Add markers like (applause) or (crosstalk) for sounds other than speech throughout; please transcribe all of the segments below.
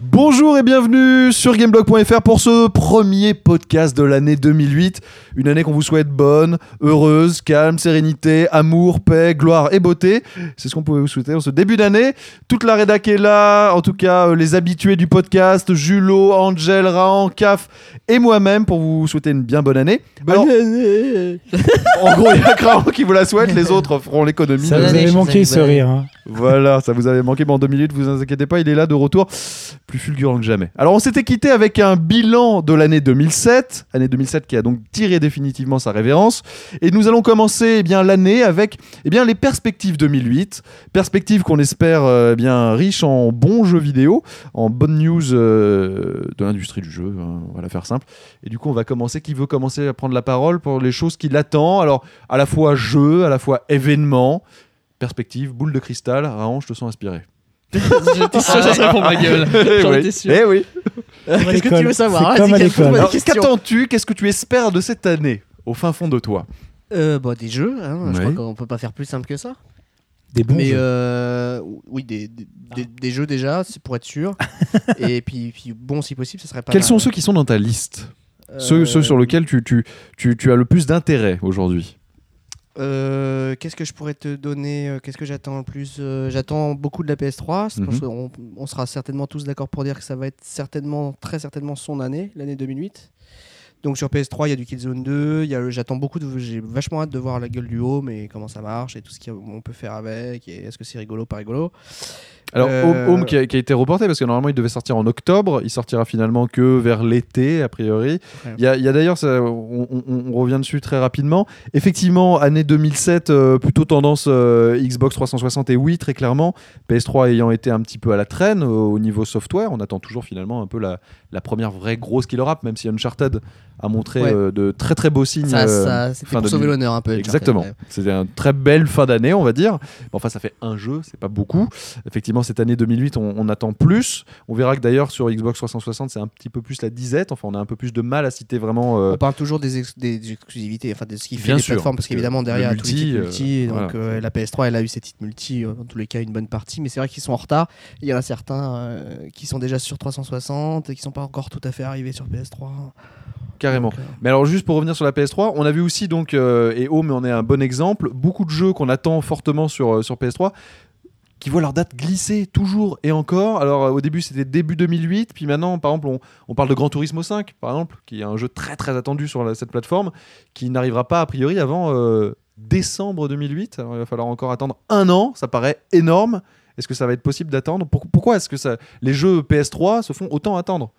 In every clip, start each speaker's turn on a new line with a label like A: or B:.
A: Bonjour et bienvenue sur gameblog.fr pour ce premier podcast de l'année 2008. Une année qu'on vous souhaite bonne, heureuse, calme, sérénité, amour, paix, gloire et beauté. C'est ce qu'on pouvait vous souhaiter en ce début d'année. Toute la rédac est là, en tout cas euh, les habitués du podcast, Julo, Angel, Rahan, Caf et moi-même pour vous souhaiter une bien bonne année. Bah Alors, en gros, il y a que Rahan qui vous la souhaite, (laughs) les autres feront l'économie.
B: Ça
A: de-
B: vous
C: année,
B: avait
C: chers
B: manqué
C: amis,
B: ce
C: bonne année.
B: rire. hein.
A: Voilà, ça vous avait manqué, mais en deux minutes, vous inquiétez pas, il est là de retour, plus fulgurant que jamais. Alors, on s'était quitté avec un bilan de l'année 2007, année 2007 qui a donc tiré définitivement sa révérence, et nous allons commencer eh bien l'année avec eh bien les perspectives 2008, perspectives qu'on espère euh, eh bien riches en bons jeux vidéo, en bonnes news euh, de l'industrie du jeu, hein, on va la faire simple. Et du coup, on va commencer. Qui veut commencer à prendre la parole pour les choses qui l'attendent Alors, à la fois jeu, à la fois événement, perspective, boule de cristal. Raon, je te sens inspiré.
C: J'étais sûr que ça serait pour ma (laughs) gueule.
A: Eh
C: J'en
A: (laughs) oui.
C: étais sûr.
A: Eh oui.
B: à
C: Qu'est-ce que tu
B: l'école.
C: veux savoir
B: C'est
C: Vas-y,
B: comme à
C: calme-toi,
B: l'école.
C: des
A: Alors,
C: questions.
A: qu'attends-tu Qu'est-ce que tu espères de cette année au fin fond de toi
C: Euh, bah, des jeux, hein, je
A: Ouais.
C: crois qu'on peut pas faire plus simple que ça.
B: Des bons
C: mais
B: jeux.
C: euh, oui, des, des, des- des jeux déjà, c'est pour être sûr. Et puis, puis bon, si possible, ce serait pas.
A: Quels
C: mal.
A: sont ceux qui sont dans ta liste
C: Euh,
A: ceux, ceux sur lesquels tu, tu, tu, tu as le plus d'intérêt aujourd'hui
C: euh, Qu'est-ce que je pourrais te donner euh, Qu'est-ce que j'attends le plus Euh, J'attends beaucoup de la PS3. c'est parce
A: Mhm.
C: qu'on- on, sera certainement tous d'accord pour dire que ça va être certainement, très certainement son année, l'année 2008. Donc sur PS3, il y a du Killzone 2. il y a le- J'attends beaucoup de. J'ai vachement hâte de voir la gueule du home et comment ça marche et tout ce qu'on peut faire avec. Et est-ce que c'est rigolo, pas rigolo
A: Alors,
C: Euh,
A: Home, Home qui, a, qui a été reporté parce que normalement il devait sortir en octobre, il sortira finalement que vers l'été a priori.
C: Ouais.
A: Il y a, il y a d'ailleurs, ça, on, on- on revient dessus très rapidement. Effectivement, année 2007, euh, plutôt tendance euh, Xbox 360 et oui, très clairement. PS3 ayant été un petit peu à la traîne euh, au niveau software, on attend toujours finalement un peu la, la première vraie grosse killer app, même si Uncharted a montré
C: Ouais.
A: euh, de très très beaux signes.
C: Ça,
A: euh,
C: ça- c'était
A: fin
C: pour sauver
A: 2000.
C: l'honneur un peu. Uncharted,
A: Exactement.
C: ouais.
A: C'était une très belle fin d'année, on va dire. Mais Enfin, ça fait un jeu, c'est pas beaucoup. Effectivement, cette année 2008, on, on attend plus. On verra que d'ailleurs sur Xbox 360, c'est un petit peu plus la disette. Enfin, on a un peu plus de mal à citer vraiment. euh,
C: On parle toujours des, ex- des exclusivités, enfin de ce qui fait
A: Bien
C: les
A: sûr,
C: plateformes,
A: parce
C: parce
A: que
C: qu'évidemment derrière
A: le
C: il y a tous les titres
A: multi,
C: multi,
A: euh,
C: et donc
A: voilà.
C: euh, la PS3 elle a eu ses titres multi, euh, dans tous les cas une bonne partie, mais c'est vrai qu'ils sont en retard. Il y en a certains euh, qui sont déjà sur 360 et qui sont pas encore tout à fait arrivés sur PS3.
A: carrément.
C: Donc, euh,
A: Mais alors juste pour revenir sur la PS3, on a vu aussi donc euh, et Home en est un bon exemple, beaucoup de jeux qu'on attend fortement sur euh, sur PS3 qui voient leur date glisser toujours et encore. Alors euh, au début c'était début 2008, puis maintenant par exemple on, on parle de Gran Turismo 5 par exemple, qui est un jeu très très attendu sur la- cette plateforme, qui n'arrivera pas a priori avant euh, décembre 2008. Alors il va falloir encore attendre un an, ça paraît énorme. Est-ce que ça va être possible d'attendre Pour- Pourquoi est-ce que ça, les jeux PS3 se font autant attendre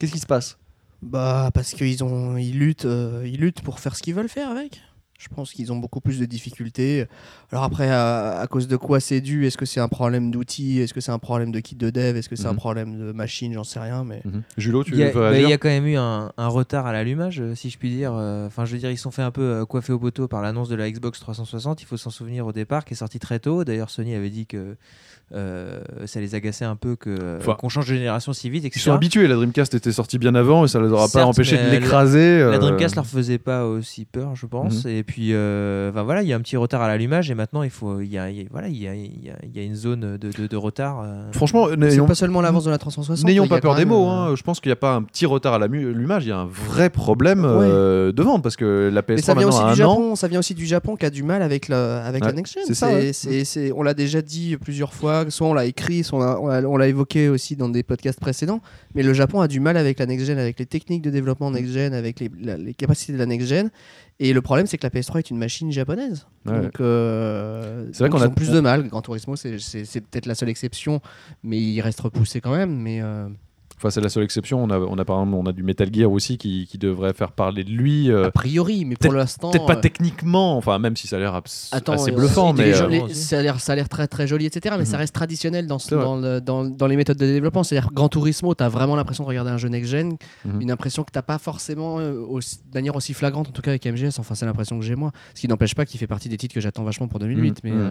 A: Qu'est-ce qui se passe
C: Bah parce qu'ils ont, ils luttent, euh, ils luttent pour faire ce qu'ils veulent faire avec. Je pense qu'ils ont beaucoup plus de difficultés. Alors après, à, à cause de quoi c'est dû Est-ce que c'est un problème d'outils Est-ce que c'est un problème de kit de dev Est-ce que c'est un
A: Mhm.
C: problème de machine J'en sais rien, mais
A: Julo, tu
D: Il y, a,
A: veux
D: bah,
A: réagir
D: il y a quand même eu un, un retard à l'allumage, euh, si je puis dire. Euh, Enfin, je veux dire, ils se sont fait un peu euh, coiffer au poteau par l'annonce de la Xbox 360. Il faut s'en souvenir au départ, qui est sortie très tôt. D'ailleurs, Sony avait dit que euh, ça les agaçait un peu que euh,
A: Enfin,
D: qu'on change de génération si vite,
A: Ils
D: etc.
A: sont habitués, la Dreamcast était sortie bien avant et ça les aura pas
D: Certes,
A: empêchés de
D: mais la-
A: l'écraser.
D: La
A: euh, Mhm.
D: Dreamcast leur faisait pas aussi peur, je pense. Et puis, euh, enfin, voilà, il y a un petit retard à l'allumage et maintenant il faut, il y a, il y a- voilà, il y a, il y a- il y a une zone de, de- de retard. euh.
A: Franchement, n'ayons
C: c'est pas seulement l'avance de la 360.
A: n'ayons
C: il y a
A: pas peur
C: quand
A: des
C: même,
A: mots.
C: euh,
A: hein. Je pense qu'il n'y a pas un petit retard à la mu- l'allumage, il y a un vrai problème
C: Ouais.
A: euh, de vente parce que la
C: Mais ça
A: PS3
C: vient
A: maintenant
C: aussi
A: a
C: du
A: un an.
C: Japon, ça vient aussi du Japon qui a du mal avec la, avec
A: Ouais,
C: la next gen.
A: c'est ça, ouais.
C: c'est- c'est- on l'a déjà dit plusieurs fois, soit on l'a écrit, soit on l'a- on l'a- on l'a évoqué aussi dans des podcasts précédents. Mais le Japon a du mal avec la next gen, avec les techniques de développement next gen, avec les, la- les capacités de la next gen. Et le problème, c'est que la PS3 est une machine japonaise.
A: Ouais.
C: Donc, euh,
A: C'est vrai
C: donc
A: qu'on
C: ils
A: a-
C: ont plus de mal. Gran Turismo, c'est- c'est c'est peut-être la seule exception, mais il reste repoussé quand même. Mais euh,
A: Enfin, c'est la seule exception. On a, on a par exemple, on a du Metal Gear aussi qui, qui devrait faire parler de lui. euh,
C: a priori, mais pour l'instant,
A: Peut-être pas
C: euh,
A: techniquement, enfin même si ça a l'air abs-
C: Attends,
A: assez
C: euh,
A: bluffant,
C: les-
A: mais
C: les-
A: euh,
C: les- ça a l'air ça a l'air très très joli, etc. Mais
A: Mhm.
C: ça reste traditionnel dans, ce-
A: C'est vrai.
C: dans, le- dans- dans les méthodes de développement. C'est-à-dire Gran Turismo, t'as vraiment l'impression de regarder un jeu next-gen,
A: Mhm.
C: une impression que t'as pas forcément euh, aussi- de manière aussi flagrante, en tout cas avec MGS. Enfin, c'est l'impression que j'ai moi. Ce qui n'empêche pas qu'il fait partie des titres que j'attends vachement pour 2008.
A: Mhm.
C: Mais
A: Mhm.
C: euh,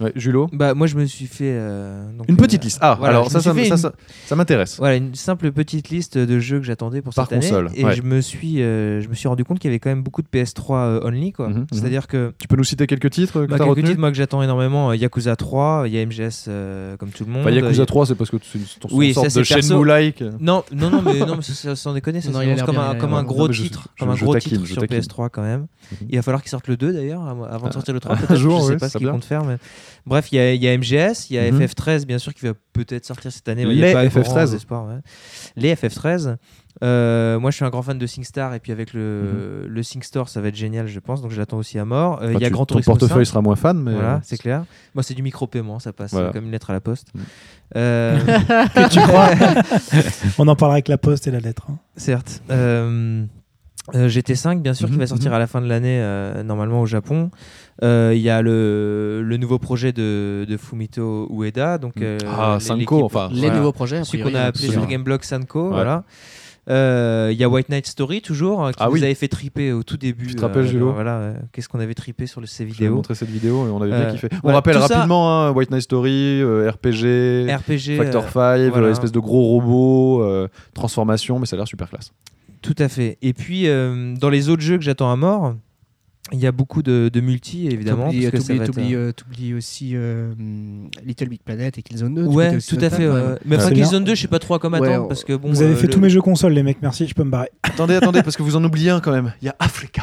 A: Ouais, Julo
D: Bah moi je me suis fait euh, donc,
A: Une petite
D: euh,
A: liste. Ah,
D: voilà,
A: alors
D: je
A: ça,
D: me suis
A: ça, me-
D: fait
A: ça,
D: une-
A: ça- ça m'intéresse.
D: Voilà, une simple petite liste de jeux que j'attendais pour
A: Par
D: cette année.
A: console,
D: et
A: ouais.
D: je me suis euh, je me suis rendu compte qu'il y avait quand même beaucoup de PS3 euh, only quoi.
A: Mhm, mhm.
D: C'est-à-dire que
A: Tu peux nous citer quelques titres que
D: bah,
A: t'as
D: quelques
A: retenus
D: titres, moi que j'attends énormément euh, Yakuza 3, il y a MGS euh, comme tout le monde.
A: Enfin, Yakuza
D: euh,
A: 3, c'est parce que c'est une, c'est une
D: Oui,
A: sorte
D: ça,
A: de
D: c'est perso.
A: Shenmue-like.
D: Non, non, non, mais, non, mais ça- sans déconner, ça
B: Non,
D: se
B: il a
D: lance
B: l'air
D: comme,
B: bien, il a
D: un,
B: l'air
D: comme
B: bien.
D: un
A: Non,
D: gros
A: mais je-
D: titre,
A: je-
D: comme un
A: je
D: gros
A: taquine,
D: titre
A: je
D: sur
A: taquine.
D: PS3 quand même.
A: Mhm. Ah.
D: Il va falloir qu'il sorte le 2 d'ailleurs, av- avant de sortir le
A: (laughs)
D: 3.
A: un
D: peut-être,
A: jour,
D: je sais
A: ouais,
D: pas
A: ça
D: ce
A: serait
D: qu'ils
A: bien.
D: comptent faire. Mais... Bref, il y, a- il y a MGS, il y a
A: Mhm.
D: FF13 bien sûr qui va peut-être sortir cette année.
A: Les
D: il y a pas grand
A: FF13.
D: espoir, ouais. Les FF13. Euh, moi je suis un grand fan de SingStar et puis avec le, le SingStar ça va être génial je pense donc je l'attends aussi à mort. Euh, Il
A: Mhm. Enfin,
D: y a
A: tu-
D: Grand
A: ton
D: Turismo
A: portefeuille
D: 5.
A: sera moins fan, mais euh,
D: Voilà, c'est clair. Moi, c'est du micro-paiement, ça passe
A: Voilà.
D: euh, comme une lettre à la poste.
A: Mm.
D: Euh,
B: On en parlera avec la poste et la lettre. hein.
D: certes. Euh, euh, GT5, bien sûr, qui
A: Mhm,
D: va sortir
A: mhm.
D: à la fin de l'année, euh, normalement au Japon. Euh, Il y a le, le nouveau projet de, de Fumito Ueda. Donc, euh,
A: Ah,
D: l-
A: Sanko,
D: l'équipe-
A: enfin,
B: Les
D: Voilà.
B: nouveaux projets.
D: Celui
B: priori,
D: qu'on a
B: hein,
D: appelé
B: c'est
D: sur
B: sûr.
D: Gameblog Sanko,
A: Ouais.
D: voilà. Euh, Il y a White Knight Story toujours, hein, qui
A: Ah
D: vous
A: oui.
D: avait fait triper au tout début.
A: Tu te rappelles,
D: dans-
A: Julo
D: Voilà, euh, qu'est-ce qu'on avait tripé sur le- ces
A: Je vais
D: vidéos
A: montrer cette vidéo et on avait bien
D: Euh,
A: kiffé. On
D: voilà,
A: rappelle
D: tout ça-
A: rapidement hein, White Night Story, euh, RPG,
D: RPG. euh,
A: Factor 5,
D: voilà.
A: espèce de gros robot, euh, transformation, mais ça a l'air super classe.
D: Tout à fait. Et puis, euh, dans les autres jeux que j'attends à mort, il y a beaucoup de, de multi, évidemment.
C: T'oublies-
D: parce que ça
C: t'oublies-
D: va être,
C: t'oublies,
D: euh,
C: euh, t'oublies aussi euh, hum, Little Big Planet et Killzone 2. tu mettais
D: Ouais,
C: aussi
D: tout
C: ça
D: à
C: dedans,
D: fait.
C: quand
D: ouais.
C: même.
D: Mais enfin,
B: C'est
D: Killzone 2, je sais pas trop à quoi m'attendre.
C: Ouais,
D: parce que bon,
B: Vous avez
D: euh,
B: fait
D: le-
B: tous mes jeux consoles, les mecs. Merci, je peux me barrer.
A: attendez, attendez, parce que vous en oubliez un quand même. Il y a Africa.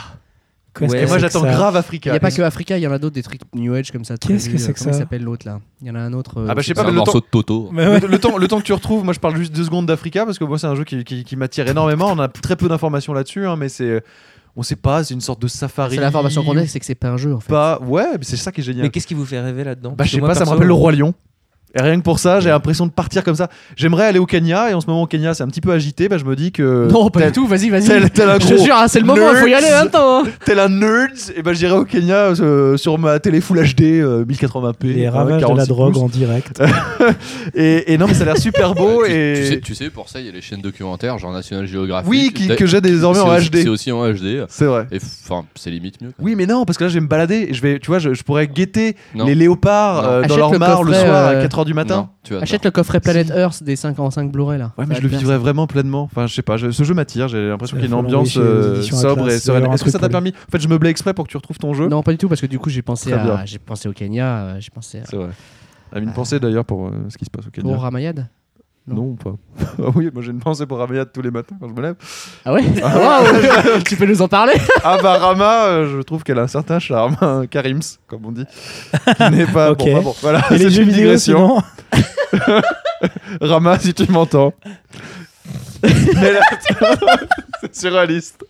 B: Qu'est-ce
D: Ouais,
B: que
A: et moi
B: c'est
A: j'attends
B: que ça
A: grave
C: Il
A: Africa. Euh,
C: n'y a pas que Africa, il y en a d'autres, des trucs New Age comme ça. de
B: Qu'est-ce
C: prévus,
B: que c'est
C: euh,
B: que
C: Comment
B: ça
C: il s'appelle l'autre là Il y en a un autre. euh,
A: Ah bah, je sais
C: c'est
A: pas,
C: ça.
A: mais le
E: un
A: temps-
E: morceau de Toto.
B: Mais ouais.
A: (laughs) Le, le temps, le temps que tu retrouves, moi je parle juste deux secondes d'Africa parce que moi c'est un jeu qui, qui- qui m'attire énormément. On a très peu d'informations là-dessus, hein, mais c'est. On sait pas, c'est une sorte de safari.
C: C'est l'information qu'on a, c'est que c'est pas un jeu en fait.
A: Pas... Ouais, mais c'est ça qui est génial.
D: Mais qu'est-ce qui vous fait rêver là-dedans
A: Bah,
D: Parce
A: je sais
D: que moi,
A: pas, ça me
D: perso,
A: rappelle le Roi
C: euh,
A: Lion. Et rien que pour ça, j'ai l'impression de partir comme ça. J'aimerais aller au Kenya, et en ce moment au Kenya, c'est un petit peu agité. Bah, je me dis que.
C: Non, pas
A: tel,
C: du tout, vas-y, vas-y.
A: Tel, tel un
C: (laughs) Je te
A: gros.
C: jure, hein, c'est le moment, il faut y
A: Nerds.
C: aller maintenant.
A: Tel un nerds, et bah, j'irai au Kenya euh, sur ma télé Full HD euh, 1080p.
B: Les
A: euh,
B: ravages de la
A: 46
B: drogue
A: pouces.
B: en direct.
A: Et, et non, mais ça a l'air super
E: (laughs)
A: beau.
E: Euh, Tu-
A: et...
E: tu, sais, tu sais, pour ça, il y a les chaînes documentaires, genre National Geographic.
A: Oui, qui-
E: T'as-
A: que j'ai désormais
E: c'est
A: en
E: aussi- C'est
A: HD.
E: aussi en HD.
A: C'est vrai.
E: Et enfin, c'est limite mieux.
A: Oui, mais non, parce que là, je vais me balader. et Je vais, tu vois, je, je pourrais guetter
E: Non.
A: les léopards
E: Non.
A: euh, dans
C: Achète
A: leur
C: le
A: mare le
C: coffret,
A: soir
C: euh,
A: à 4h du
E: Non,
A: matin.
E: tu vas
C: Achète le coffret Planet Earth des 5 en 5 Blu-ray là.
A: Ouais, mais je le vivrais vraiment pleinement. Enfin, je sais pas, je- ce jeu m'attire. J'ai l'impression
B: Ça
A: qu'il y a une
B: va falloir aller
A: ambiance
B: chez les
A: euh,
B: éditions
A: sobre et
B: Atlas, il va y
A: sereine.
B: avoir un
A: Est-ce que
B: truc
A: ça t'a
B: pour
A: permis En fait, je meublais exprès pour que tu retrouves ton jeu.
C: Non, pas du tout, parce que du coup j'ai pensé,
A: Très bien.
C: à... j'ai pensé au Kenya, euh, j'ai pensé à...
A: C'est vrai. À une pensée d'ailleurs pour euh, ce qui se passe au Kenya.
C: au Ramayad.
A: non. ou pas. (laughs) ah oui, moi j'ai une pensée pour Ramayad tous les matins quand je me lève. (laughs)
C: Ah ouais Waouh, (laughs) Tu peux nous en parler
A: Ah bah Rama, euh, je trouve qu'elle a un certain charme, un karims, comme on dit. Qui n'est pas
B: (laughs) Ok.
A: bon, enfin bon, Voilà,
B: Et les
A: c'est
B: jeux
A: une
B: vidéo,
A: digression.
B: sinon
A: Rama, si tu m'entends. Mais là, (laughs) c'est surréaliste.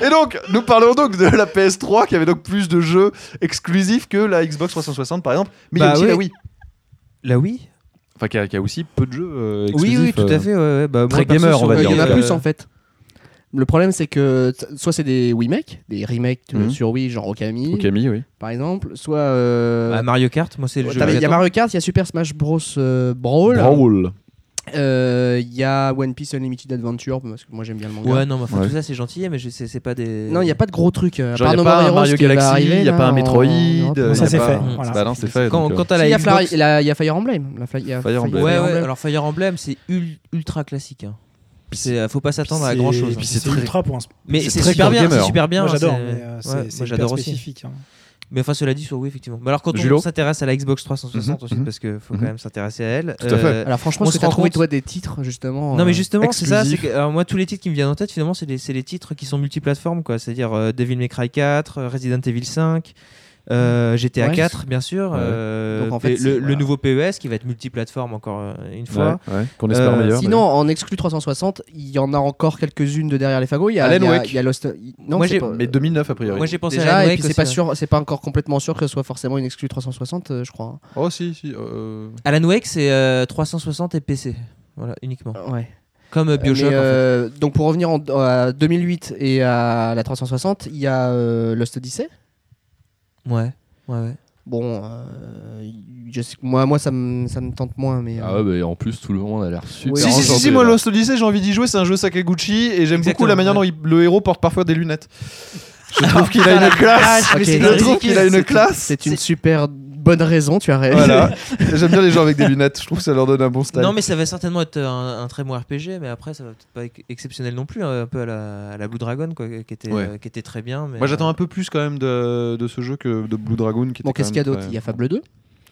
A: Et donc, nous parlons donc de la PS3 qui avait donc plus de jeux exclusifs que la Xbox 360 par exemple. Mais il y a
D: Bah
A: aussi
D: oui.
A: la Wii.
D: La Wii
A: Enfin, qui a, qui a aussi peu de jeux euh,
D: Oui,
A: exclusifs.
D: oui, tout
A: euh.
D: à fait. ouais, ouais. Bah, moi,
A: très
D: perso,
A: gamer, on
D: sur-
A: va
C: Il
A: dire.
C: y en a
A: Euh,
C: plus en fait. Le problème c'est que t- soit c'est des remakes, des remakes euh,
A: Mhm.
C: sur Wii genre Okami
A: Ok, Ah, Camille, oui.
C: par exemple, soit... euh,
D: Bah, Mario Kart, moi, c'est le
C: Ouais,
D: jeu.
C: t'avais-
D: que
C: Il y a
D: j'attends.
C: Mario Kart, il y a Super Smash Bros euh,
D: Oh
C: Brawl, euh,
A: Brawl.
C: il Euh, y a One Piece Unlimited Adventure, parce que moi j'aime bien le manga.
D: Ouais, non, mais enfin,
A: Ouais.
D: tout ça, c'est gentil, mais je- c'est c'est pas des.
C: Non, il n'y a pas de gros trucs. euh, à
A: Genre,
C: part
A: il n'y a
C: No
A: pas
C: More
A: un
C: Heroes
A: Mario
C: qui va
A: Galaxy, il
C: arriver,
A: n'y a
C: là,
A: pas un
C: en-
A: Metroid.
C: en Europe.
A: euh,
B: Ça,
A: y a
B: c'est
A: pas-
B: fait,
A: Bah
B: voilà.
A: non, c'est fait.
D: Quand,
A: donc, euh,
D: quand t'as la
C: Si, Il y, a
D: Xbox-
C: Fla- il y a- il y a Fire Emblem. la Fla- il y a
A: Fire Emblem.
D: Ouais,
C: Fire
D: ouais,
C: Emblem.
D: alors Fire Emblem, c'est ul- ultra classique. hein. C'est- euh, Faut pas s'attendre à
B: C'est-
D: grand chose.
B: et puis
A: C'est
B: C'est
A: très-
B: ultra pour un
D: Mais
A: c'est
D: c'est
A: très
D: super
A: core
D: bien, c'est
A: gamer.
D: super bien.
B: Moi j'adore,
D: c'est-
B: mais euh,
D: ouais,
B: c'est
D: moi,
B: c'est
D: j'adore
B: hyper
D: aussi.
B: spécifique. hein.
D: Mais enfin, cela dit, sur Wii, effectivement. Mais alors, quand
A: Julo
D: on s'intéresse à la Xbox 360
A: Mhm,
D: aussi,
A: mhm.
D: parce qu'il faut
A: Mhm.
D: quand même s'intéresser à elle.
A: Tout à fait.
D: euh,
C: Alors franchement,
D: On
C: est-ce
D: se
C: que t'as
D: rend
C: trouvé
D: compte-
C: toi des titres justement
D: non,
C: euh,
D: mais justement, c'est ça.
A: exclusif.
D: c'est que, alors, moi, tous les titres qui me viennent en tête, finalement, c'est les, c'est les titres qui sont multiplateformes, quoi. C'est-à-dire euh, Devil May Cry 4, euh, Resident Evil 5. euh, GTA
C: Mmh. Ouais.
D: 4 bien sûr
A: Ouais.
D: euh,
C: Donc, en fait,
D: le-
C: c'est-
D: le,
C: voilà.
D: nouveau PES qui va être multiplateforme encore euh, une
A: Ouais,
D: fois
A: ouais, qu'on espère
D: Euh,
A: meilleur.
C: Sinon, en exclu 360, il y en a encore quelques-unes de derrière les fagots. Il y a,
A: Alan
C: il y a-
A: Wake.
C: il y a Lost. il- Non,
D: Moi,
C: c'est
D: j'ai-
C: pas-
A: d'ailleurs. Mais 2009 a priori.
D: moi j'ai pensé à
C: Déjà,
D: Alan
C: et puis
D: Wake
C: c'est pas
D: aussi, ouais.
C: sûr, c'est pas encore complètement sûr que ce soit forcément une exclu 360, euh, je crois.
A: Oh si, si. euh,
D: Alan Wake c'est euh, 360 et PC voilà uniquement
C: Ouais.
D: comme euh, Bioshock
C: Mais,
D: en fait.
C: euh, Donc pour revenir en, à 2008 et à la 360, il y a euh, Lost Odyssey.
D: ouais ouais ouais
C: Bon, euh, je sais que moi, moi ça me ça me tente moins, mais.
E: Ah
C: euh,
E: ouais, mais en plus, tout le monde a l'air super.
C: Oui,
A: Si, si, si,
E: enchanté,
A: si, moi
E: là.
A: Lost Odyssey, j'ai envie d'y jouer, c'est un jeu Sakaguchi et j'aime beaucoup
D: Exactement,
A: la manière
C: (laughs)
D: ouais.
A: dont il- le héros porte parfois des lunettes. Je trouve qu'il
C: Ah,
A: a une classe.
C: mais
D: Ok.
C: c'est
A: Je trouve
C: ridicule.
A: qu'il a une
C: C'est-
A: classe.
C: C'est une super bonne raison, tu as raison. (laughs)
A: Voilà. J'aime bien les gens avec des lunettes. Je trouve que ça leur donne un bon style.
D: Non, mais ça va certainement être euh, un, un très bon RPG, mais après, ça va peut-être pas être exceptionnel non plus, hein, un peu à la, à la Blue Dragon, quoi, qui était,
A: Ouais.
D: euh, qui était très bien. Mais
A: Moi, j'attends
D: euh,
A: un peu plus quand même de, de ce jeu que de Blue Dragoon. Qui
C: Bon,
A: était
C: qu'est-ce
A: quand
C: qu'il y a
A: même
C: d'autre
A: très-
C: Il y a Fable 2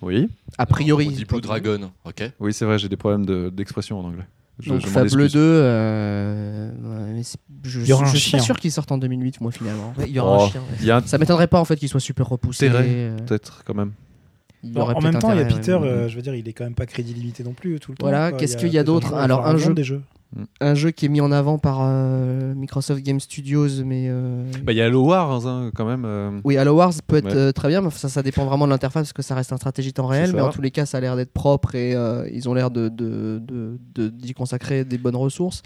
A: Oui.
C: A priori.
E: On dit Blue Dragon, ok.
A: Oui, c'est vrai, j'ai des problèmes de- d'expression en anglais. Je-
C: Donc
A: je m'en
C: Fable
A: excuse.
C: 2, euh, ouais, mais c'est- je,
B: Il y aura
C: je
B: un
C: suis pas
B: chien.
C: sûr qu'il sorte en 2008, moi finalement.
D: euh, ouais, Il y aura
A: Oh.
D: un chien. ouais.
A: Il y a un
C: Ça m'étonnerait pas en fait qu'il soit super repoussé.
A: T'es vrai.
C: euh,
A: peut-être quand même.
C: il y
B: Alors,
C: aurait
B: en même
C: peut-être
B: temps, il y a
C: intérêt,
B: Peter,
C: ouais.
B: euh, je veux dire, il est quand même pas crédit limité non plus tout le temps.
C: Voilà,
B: quoi.
C: qu'est-ce qu'il y a d'autre
B: des gens,
C: Alors,
B: enfin,
C: un
B: vraiment
C: jeu-
B: Des jeux.
C: Un jeu qui est mis en avant par euh, Microsoft Game Studios, mais euh,
A: Bah, il y a Halo Wars hein, quand même. euh,
C: oui, Halo Wars peut être
A: Ouais.
C: euh, très bien, mais ça, ça dépend vraiment de l'interface parce que ça reste un stratégie temps réel,
A: ça.
C: mais en tous les cas, ça a l'air d'être propre et euh, ils ont l'air de de- de- de- d'y consacrer des bonnes ressources.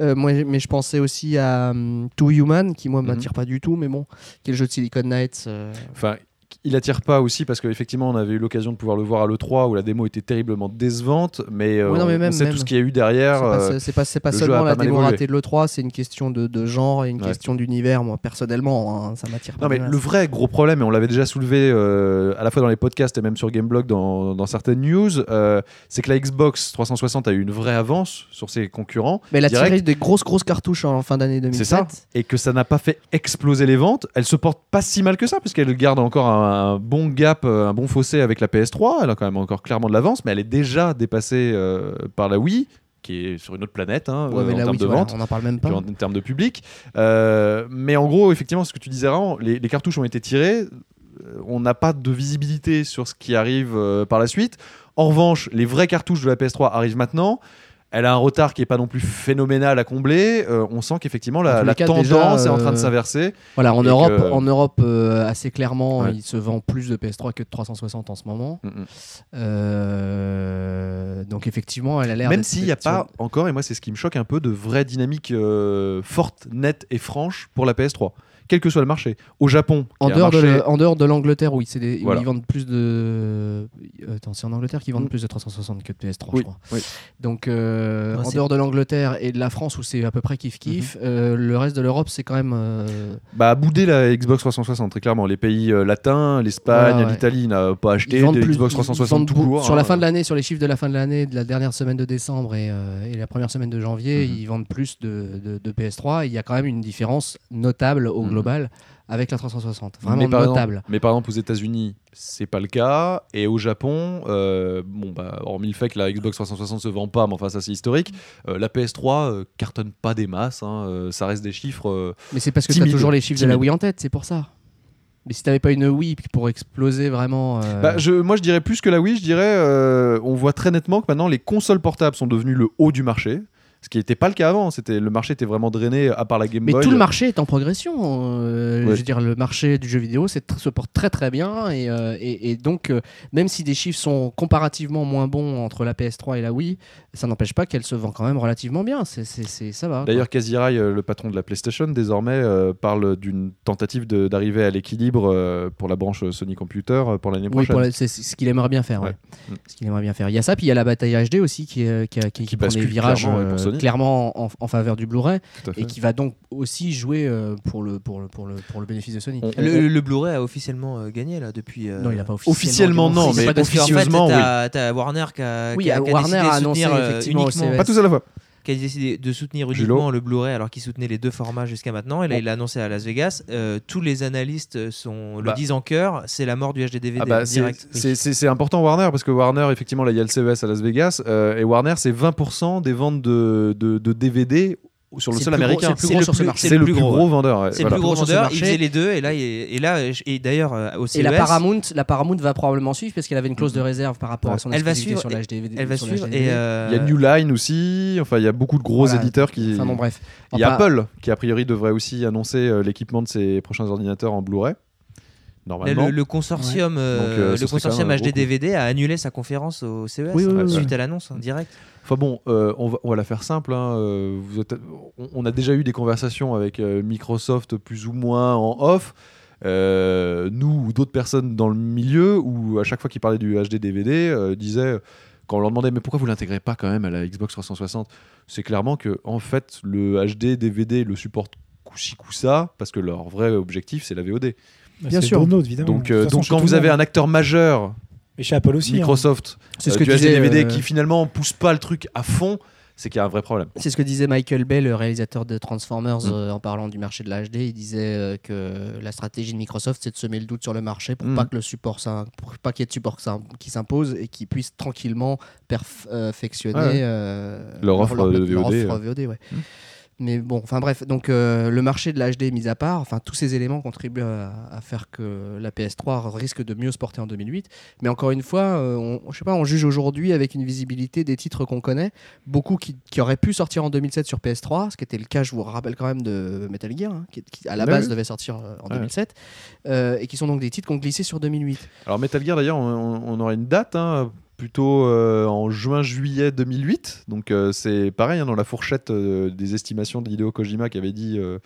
C: Euh, moi, j'ai- mais je pensais aussi à hum, Too Human, qui moi
A: Mhm.
C: m'attire pas du tout, mais bon, qui est le jeu de Silicon Knights. euh,
A: Enfin, il attire pas aussi parce qu'effectivement, on avait eu l'occasion de pouvoir le voir à l'E3 où la démo était terriblement décevante, mais, euh,
C: Ouais, non, mais
A: on- on
C: même-
A: sait
C: même.
A: tout ce qu'il y a eu derrière.
C: C'est
A: euh,
C: pas, c'est pas- c'est pas
A: le jeu a
C: seulement
A: pas
C: la
A: mal
C: démo
A: évolué.
C: ratée de l'E3, c'est une question de, de genre et une
A: Ouais.
C: question d'univers, moi, personnellement, hein, ça m'attire pas.
A: Non mais
C: des
A: le
C: masses.
A: vrai gros problème, et on l'avait déjà soulevé euh, à la fois dans les podcasts et même sur Gameblog dans, dans certaines news, euh, c'est que la Xbox 360 a eu une vraie avance sur ses concurrents
C: Mais elle a
A: direct-
C: tiré des grosses, grosses cartouches en fin d'année 2007.
A: C'est ça. et que ça n'a pas fait exploser les ventes. Elle se porte pas si mal que ça puisqu'elle garde encore un, un bon gap, euh, un bon fossé avec la PS3. Elle a quand même encore clairement de l'avance, mais elle est déjà dépassée euh, par la Wii qui est sur une autre planète hein,
C: Ouais,
A: euh,
C: mais
A: en
C: là,
A: termes
C: oui,
A: de
C: voilà,
A: vente.
C: on en parle même
A: puis
C: pas.
A: en termes de public. Euh, mais en gros, effectivement, ce que tu disais avant, les, les cartouches ont été tirées. Euh, On n'a pas de visibilité sur ce qui arrive euh, par la suite. En revanche, les vraies cartouches de la PS3 arrivent maintenant. Elle a un retard qui n'est pas non plus phénoménal à combler. Euh, on sent qu'effectivement,
C: Dans
A: la,
C: tous les
A: la
C: cas,
A: tendance
C: déjà,
A: est en train de
C: euh,
A: s'inverser.
C: Voilà, en
A: Et
C: Europe,
A: que-
C: en Europe euh, assez clairement,
A: Ouais.
C: il se vend plus de PS3 que de 360 en ce moment.
A: Mm, mm.
C: Euh, donc effectivement, elle a l'air.
A: Même
C: d'être-
A: s'il n'y a pas encore, et moi c'est ce qui me choque un peu, de vraie dynamique euh, forte, nette et franche pour la PS3, quel que soit le marché. Au Japon,
C: En
A: qui est un
C: dehors, de,
A: marché-
C: le- en dehors de l'Angleterre, oui, c'est des, où
A: Voilà.
C: ils vendent plus de. euh, Attends, c'est en Angleterre qu'ils vendent
A: Mm.
C: plus de 360 que de PS3,
A: Oui,
C: je crois.
A: oui.
C: Donc, euh,
D: Ouais,
C: en
D: c'est-
C: dehors de l'Angleterre et de la France, où c'est à peu près
A: Mm-hmm.
C: kiff-kiff, euh, le reste de l'Europe, c'est quand même. euh,
A: Bah, bouder la Xbox 360, très clairement. Les pays euh, latins, l'Espagne,
C: Voilà, ouais.
A: l'Italie n'a pas acheté
C: ils vendent
A: des
C: plus-
A: Xbox
C: ils- ils
A: 360
C: vendent
A: tout
C: beaucoup-
A: court.
C: Sur la
A: hein.
C: fin de l'année, sur les chiffres de la fin de l'année, de la dernière semaine de décembre et, euh, et la première semaine de janvier,
A: Mhm.
C: ils vendent plus de, de- de PS3. Il y a quand même une différence notable au
A: Mhm.
C: global avec la 360.
A: mais
C: Vraiment
A: par
C: notable.
A: Exemple, mais par exemple, aux États-Unis, c'est pas le cas. Et au Japon, euh, bon, bah, hormis le fait que la Xbox 360 se vend pas, mais enfin, ça c'est historique, euh, la PS3 euh, cartonne pas des masses. hein, euh, ça reste des chiffres. euh,
C: Mais c'est parce que tu as
A: Timide,
C: toujours les chiffres de la
A: timide.
C: Wii en tête, c'est pour ça. Mais si t'avais pas une Wii pour exploser vraiment. euh,
A: Bah, je, moi, je dirais plus que la Wii, je dirais, euh, on voit très nettement que maintenant les consoles portables sont devenues le haut du marché. Ce qui n'était pas le cas avant. hein. C'était, le marché était vraiment drainé, à part la Game
C: Mais
A: Boy. euh,
C: tout le marché est en progression. euh,
A: Ouais.
C: Je veux dire, le marché du jeu vidéo c'est tr- se porte très très bien. Et, euh, et- et donc, euh, même si des chiffres sont comparativement moins bons entre la PS3 et la Wii, ça n'empêche pas qu'elle se vend quand même relativement bien. C'est, c'est- c'est- ça va. quoi.
A: D'ailleurs, Kazirai, euh, le patron de la PlayStation, désormais euh, parle d'une tentative de- d'arriver à l'équilibre euh, pour la branche euh, Sony Computer euh, pour l'année
C: Oui,
A: prochaine.
C: pour la- c'est c'est ce qu'il aimerait bien faire. ouais.
A: Mm.
C: Ce qu'il aimerait bien faire. Il y a ça, puis il y a la bataille HD aussi qui, est- qui, a- qui-
A: Qui
C: prend des
A: bascule
C: virages
A: clairement, ouais, pour
C: euh,
A: Sony.
C: clairement en, en faveur du Blu-ray
A: Tout à fait.
C: et qui va donc aussi jouer euh, pour, le, pour, le, pour, le, pour le bénéfice de Sony.
A: On- on-
D: Le, le- le Blu-ray a officiellement euh, gagné là depuis. euh,
C: non, il n'a pas
A: officiellement,
C: officiellement.
A: non,
C: gagné.
A: mais
C: C'est pas
D: parce qu'en fait,
A: officieusement,
D: t'as- t'as Warner qui a,
C: Oui,
D: qui a- qui a
C: Warner
D: décidé
C: a
D: de soutenir,
C: annoncé
D: euh,
C: effectivement au
D: uniquement-
C: CES.
A: Pas tous à la fois.
D: qui a décidé de soutenir
A: Julo.
D: uniquement le Blu-ray alors qu'il soutenait les deux formats jusqu'à maintenant et là
A: Bon.
D: il l'a annoncé à Las Vegas Euh, tous les analystes sont, le
A: Bah.
D: disent en cœur c'est la mort du HDDVD
A: Ah bah, c'est-
D: direct Oui.
A: c'est- C'est c'est important Warner parce que Warner, effectivement, là il y a le CES à Las Vegas euh, et Warner c'est 20% des ventes de, de- de DVD sur le
C: C'est
A: sol
C: le plus
A: américain.
C: gros- c'est le plus gros sur ce marché.
A: C'est le, plus gros vendeur. ouais,
D: C'est
A: voilà.
D: le plus gros
C: Sur ce
D: vendeur,
C: marché.
D: il faisait les deux et là, il- et, là je- et d'ailleurs euh, au CES,
C: Et la Paramount, la Paramount va probablement suivre parce qu'elle avait une clause de réserve par rapport à son
D: Mhm. Elle va
C: exclusivité
D: suivre
C: sur
D: et-
C: la HDVD.
D: elle va
C: sur
D: suivre
C: la
D: et
C: HDVD.
D: euh,
A: Il y a New Line aussi, enfin il y a beaucoup de gros
C: Voilà.
A: éditeurs qui.
C: Enfin bon, bref.
A: Il y a
C: Enfin,
A: Apple qui a priori devrait aussi annoncer euh, l'équipement de ses prochains ordinateurs en Blu-ray.
D: le,
A: Normalement.
D: le- le consortium, euh,
A: Donc, euh, ce
D: le
A: serait quand
D: consortium
A: même un gros
D: HDDVD a annulé sa conférence au CES
C: Oui, oui,
D: hein,
A: oui,
D: suite à l'annonce hein, direct.
A: Enfin bon, euh, on, va, on va la faire simple. hein, euh, vous êtes- on, on a déjà eu des conversations avec euh, Microsoft plus ou moins en off. Euh, nous ou d'autres personnes dans le milieu où à chaque fois qu'ils parlaient du HD DVD euh, disaient quand on leur demandait mais pourquoi vous l'intégrez pas quand même à la Xbox 360 c'est clairement que en fait le HD DVD le supporte Kushikusa, parce que leur vrai objectif, c'est la VOD.
C: Bien sûr.
B: Download, évidemment.
A: Donc,
B: De
A: euh,
B: toute façon,
A: donc
B: chez
A: quand
B: tout
A: vous
B: le
A: avez
B: monde.
A: un acteur majeur,
B: Et chez Apple aussi. hein.
A: Microsoft,
C: C'est ce
A: euh,
C: que
A: du
C: disait,
A: HDVD
C: euh,
A: qui finalement pousse pas le truc à fond, c'est qu'il y a un vrai problème.
C: C'est ce que disait Michael Bay, le réalisateur de Transformers,
A: Mm.
C: euh, en parlant du marché de la HD. Il disait euh, que la stratégie de Microsoft, c'est de semer le doute sur le marché pour
A: Mm.
C: pas que le support, s'im- pour pas qu'il y ait de support s'im- qui s'impose et qui puisse tranquillement perfectionner
A: Ouais, ouais.
C: euh,
A: Leur offre de Mm.
C: leur
A: VOD,
C: offre VOD, ouais. Mais bon, enfin bref, donc euh, le marché de la HD mis à part, enfin tous ces éléments contribuent à, à faire que la PS3 risque de mieux se porter en 2008. Mais encore une fois, euh, on, je sais pas, on juge aujourd'hui avec une visibilité des titres qu'on connaît, beaucoup qui, qui auraient pu sortir en 2007 sur PS3, ce qui était le cas, je vous rappelle quand même de Metal Gear, hein, qui, qui, à la
A: Ouais,
C: base
A: ouais.
C: devait sortir euh, en
A: Ouais.
C: 2007, euh, et qui sont donc des titres qu'on glissé sur 2008.
A: Alors Metal Gear d'ailleurs, on, on- on aura une date, hein, plutôt euh, en juin-juillet 2008. Donc euh, c'est pareil, hein, dans la fourchette euh, des estimations de Hideo Kojima qui avait dit euh,